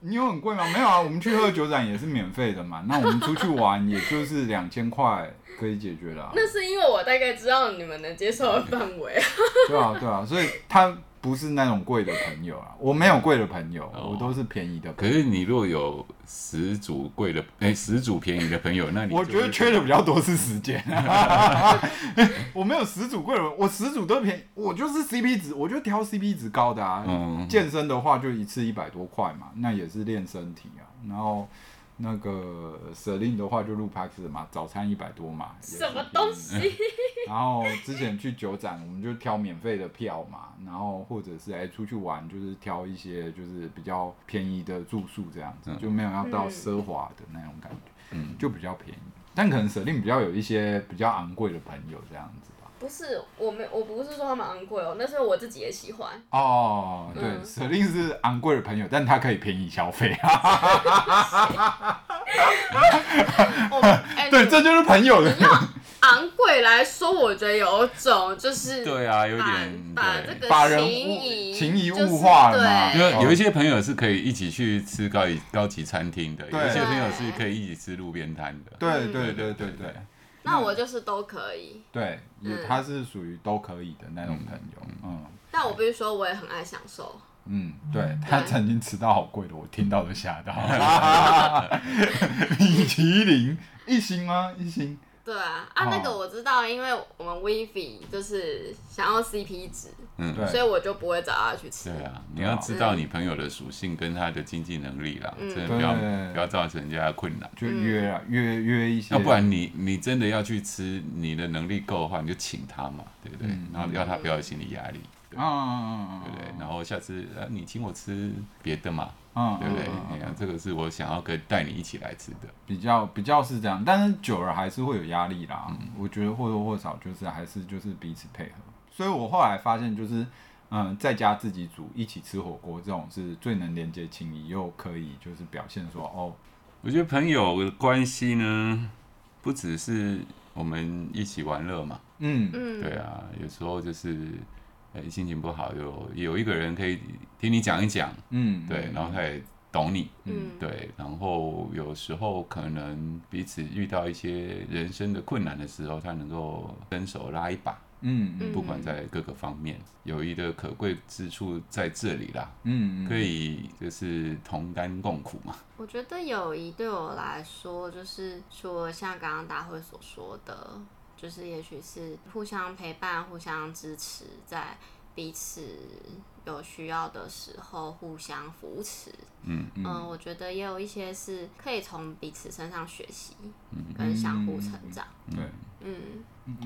[SPEAKER 1] 你有很贵吗？没有啊，我们去喝酒展也是免费的嘛。那我们出去玩也就是两千块可以解决的、啊。
[SPEAKER 3] 那是因为我大概知道你们能接受的范围。
[SPEAKER 1] 对啊，对啊，所以他不是那种贵的朋友啊，我没有贵的朋友，
[SPEAKER 2] 哦
[SPEAKER 1] 我都是便宜的朋
[SPEAKER 2] 可
[SPEAKER 1] 友。
[SPEAKER 2] 是你若有十组贵的，哎，十组便宜的朋友，那你
[SPEAKER 1] 我
[SPEAKER 2] 就
[SPEAKER 1] 觉得
[SPEAKER 2] 会
[SPEAKER 1] 缺的比较多是时间， 我没有十组贵人，我十组都便宜，我就是 CP 值，我就挑 CP 值高的啊。
[SPEAKER 2] 嗯
[SPEAKER 1] 健身的话就一次一百多块嘛，那也是练身体啊。然后那个 Selin 的话就录 p a x 嘛，早餐一百多嘛，也是
[SPEAKER 3] 什么东西？
[SPEAKER 1] 然后之前去酒展，我们就挑免费的票嘛，然后或者是哎出去玩，就是挑一些就是比较便宜的住宿这样子，
[SPEAKER 2] 嗯
[SPEAKER 1] 就没有要到奢华的那种感觉，嗯，就比较便宜。但可能舍令比较有一些比较昂贵的朋友这样子吧。
[SPEAKER 3] 不是，我没，我不是说他们昂贵哦，那是我自己也喜欢。
[SPEAKER 1] 哦，对，
[SPEAKER 3] 嗯
[SPEAKER 1] 舍令是昂贵的朋友，但他可以便宜消费啊。
[SPEAKER 3] 哦，哎、
[SPEAKER 1] 对，
[SPEAKER 3] 你
[SPEAKER 1] 这就是朋友的。
[SPEAKER 3] 昂贵来说，我觉得有种就是
[SPEAKER 2] 对啊，有
[SPEAKER 3] 把
[SPEAKER 2] 点
[SPEAKER 3] 把
[SPEAKER 2] 对
[SPEAKER 3] 这个
[SPEAKER 1] 把人物
[SPEAKER 3] 谊
[SPEAKER 1] 情
[SPEAKER 3] 情
[SPEAKER 1] 谊
[SPEAKER 3] 就是
[SPEAKER 1] 物化了嘛
[SPEAKER 3] 对
[SPEAKER 2] 因为有一些朋友是可嗯以一起去吃高级高级餐厅的，
[SPEAKER 1] 对啊
[SPEAKER 2] 有一些朋友是可以一起吃路边摊的。
[SPEAKER 1] 对啊对对
[SPEAKER 2] 对对
[SPEAKER 1] 对
[SPEAKER 2] 对
[SPEAKER 1] 对
[SPEAKER 2] 对
[SPEAKER 3] 嗯那我就是都可以，
[SPEAKER 1] 对，也
[SPEAKER 3] 嗯
[SPEAKER 1] 他是属于都可以的那种朋友，嗯。
[SPEAKER 3] 但我必须说，我也很爱享受。
[SPEAKER 1] 嗯，对他
[SPEAKER 3] 对
[SPEAKER 1] 曾经吃到好贵的，我听到都吓到。米其林一星吗？一星？
[SPEAKER 3] 对啊，啊，
[SPEAKER 1] 哦
[SPEAKER 3] 那个我知道，因为我们 Vivi 就是想要 CP 值，
[SPEAKER 2] 嗯，
[SPEAKER 1] 对
[SPEAKER 3] 所以我就不会找他去吃。
[SPEAKER 2] 对啊，你要知道你朋友的属性跟他的经济能力啦，
[SPEAKER 3] 嗯
[SPEAKER 2] 真的不要
[SPEAKER 1] 对
[SPEAKER 2] 不要造成人家的困扰。
[SPEAKER 1] 就约啊，约约一些。
[SPEAKER 2] 要不然你你真的要去吃，你的能力够的话，你就请他嘛，对不对？
[SPEAKER 1] 嗯
[SPEAKER 2] 然后要他不要有心理压力，对
[SPEAKER 1] 嗯，嗯嗯嗯，
[SPEAKER 2] 对不对？
[SPEAKER 1] 嗯
[SPEAKER 2] 然后下次呃你请我吃别的嘛，
[SPEAKER 1] 嗯，
[SPEAKER 2] 对不对？
[SPEAKER 1] 嗯
[SPEAKER 2] 哎
[SPEAKER 1] 嗯
[SPEAKER 2] 呀，这个是我想要跟带你一起来吃的。
[SPEAKER 1] 比较比较是这样，但是久了还是会有压力啦。我觉得或多或少就是还是就是彼此配合。所以我后来发现就是，嗯，在家自己煮一起吃火锅这种是最能连接情谊，又可以就是表现说哦，
[SPEAKER 2] 我觉得朋友的关系呢，不只是我们一起玩乐嘛，
[SPEAKER 1] 嗯，
[SPEAKER 3] 嗯，
[SPEAKER 2] 对啊，有时候就是，呃、心情不好有有一个人可以听你讲一讲，
[SPEAKER 1] 嗯，
[SPEAKER 2] 对，然后他也懂你，
[SPEAKER 3] 嗯，
[SPEAKER 2] 对，然后有时候可能彼此遇到一些人生的困难的时候，他能够伸手拉一把，
[SPEAKER 1] 嗯嗯
[SPEAKER 2] 不管在各个方面，友谊的可贵之处在这里啦，
[SPEAKER 1] 嗯，嗯
[SPEAKER 2] 可以就是同甘共苦嘛，
[SPEAKER 3] 我觉得友谊对我来说，就是除了像刚刚大会所说的，就是也许是互相陪伴、互相支持，在彼此有需要的时候互相扶持。
[SPEAKER 2] 嗯
[SPEAKER 3] 嗯、我觉得也有一些是可以从彼此身上学习，跟相互成长。
[SPEAKER 1] 对。
[SPEAKER 3] 嗯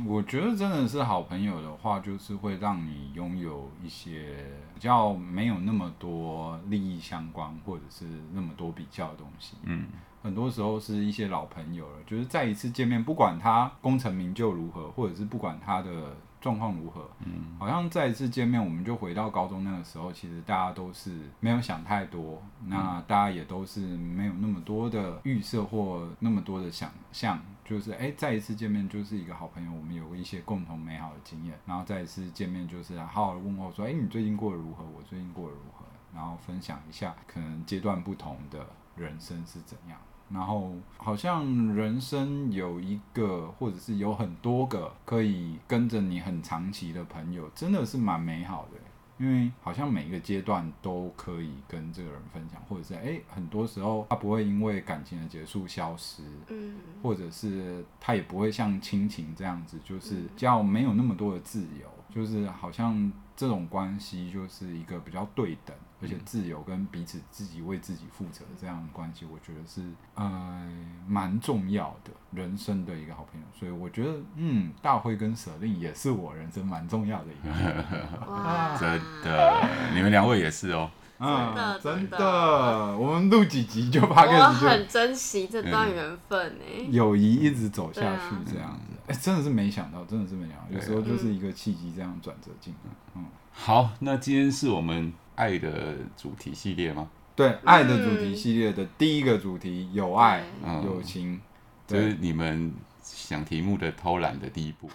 [SPEAKER 1] 我觉得真的是好朋友的话，就是会让你拥有一些比较没有那么多利益相关，或者是那么多比较的东西。
[SPEAKER 2] 嗯。
[SPEAKER 1] 很多时候是一些老朋友了，就是再一次见面，不管他功成名就如何，或者是不管他的状况如何，嗯，好像再一次见面，我们就回到高中那个时候，其实大家都是没有想太多，那大家也都是没有那么多的预设或那么多的想象，就是哎、再一次见面就是一个好朋友，我们有一些共同美好的经验，然后再一次见面就是好好的问候说，哎、你最近过得如何？我最近过得如何？然后分享一下可能阶段不同的人生是怎样。然后好像人生有一个，或者是有很多个可以跟着你很长期的朋友，真的是蛮美好的。因为好像每一个阶段都可以跟这个人分享，或者是哎、诶很多时候他不会因为感情的结束消失，
[SPEAKER 3] 嗯，
[SPEAKER 1] 或者是他也不会像亲情这样子，就是叫没有那么多的自由，就是好像这种关系就是一个比较对等，而且自由跟彼此自己为自己负责这样的关系，我觉得是呃蛮重要的人生的一个好朋友。所以我觉得，嗯，大辉跟舍令也是我人生蛮重要的一个人，啊
[SPEAKER 3] 哇，
[SPEAKER 2] 真的，你们两位也是哦。
[SPEAKER 1] 嗯，真
[SPEAKER 3] 真的真的
[SPEAKER 1] 的，我们录几集就八
[SPEAKER 3] 我
[SPEAKER 1] 个集就
[SPEAKER 3] 很珍惜这段缘分哎、
[SPEAKER 1] 友谊一直走下去
[SPEAKER 3] 对啊
[SPEAKER 1] 这样子，哎、真的是没想到，真的是没想到，有时候
[SPEAKER 3] 对啊
[SPEAKER 1] 就是一个契机这样转折进来。嗯，
[SPEAKER 2] 好，那今天是我们爱的主题系列吗？
[SPEAKER 1] 对，爱的主
[SPEAKER 3] 嗯
[SPEAKER 1] 题系列的第一个主题有爱、
[SPEAKER 2] 嗯
[SPEAKER 1] 友情。
[SPEAKER 2] 就
[SPEAKER 1] 对，
[SPEAKER 2] 是你们想题目的偷懒的第一步。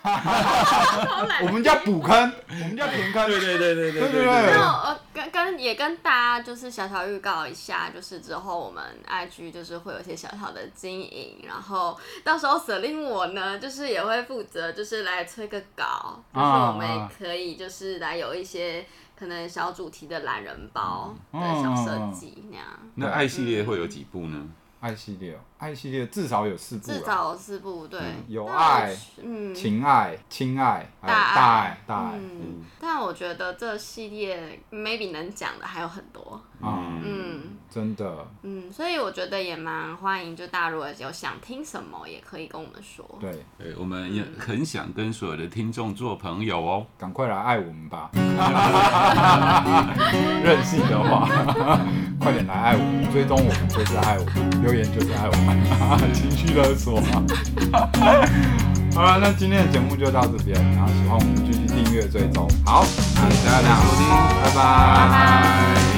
[SPEAKER 3] 偷懒
[SPEAKER 1] 我们叫补 坑，我们叫填坑。对对对对对对
[SPEAKER 3] 那我呃跟跟也跟大家就是小小预告一下，就是之后我们 IG 就是会有一些小小的经营，然后到时候舍令我呢，就是也会负责就是来催个稿，就是我们
[SPEAKER 1] 啊
[SPEAKER 3] 也可以就是来有一些可能小主题的懒人包
[SPEAKER 1] 嗯
[SPEAKER 3] 的小设计那样。
[SPEAKER 2] 那爱系列会有几步呢？
[SPEAKER 1] 爱系列、哦，爱系列至少有四部
[SPEAKER 3] 至
[SPEAKER 1] 了，
[SPEAKER 3] 少有四部对，
[SPEAKER 1] 有
[SPEAKER 3] 但
[SPEAKER 1] 爱
[SPEAKER 3] 我嗯
[SPEAKER 1] 情爱、亲爱、还有
[SPEAKER 3] 大爱
[SPEAKER 1] 大爱、大爱。
[SPEAKER 3] 嗯，但我觉得这系列 maybe 能讲的还有很多，
[SPEAKER 1] 啊，
[SPEAKER 3] 嗯。
[SPEAKER 1] 真的，
[SPEAKER 3] 嗯，所以我觉得也蛮欢迎，就大家如果有想听什么，也可以跟我们说。
[SPEAKER 1] 对，
[SPEAKER 2] 对，我们也很想跟所有的听众做朋友哦。
[SPEAKER 1] 赶快来爱我们吧！ 任性的话， 快点来爱我们，追踪我们就是爱我们，留言就是爱我们， 情绪勒索。好了，那今天的节目就到这边，然后喜欢我们继续订阅追踪。好，那大家收听，拜拜。拜拜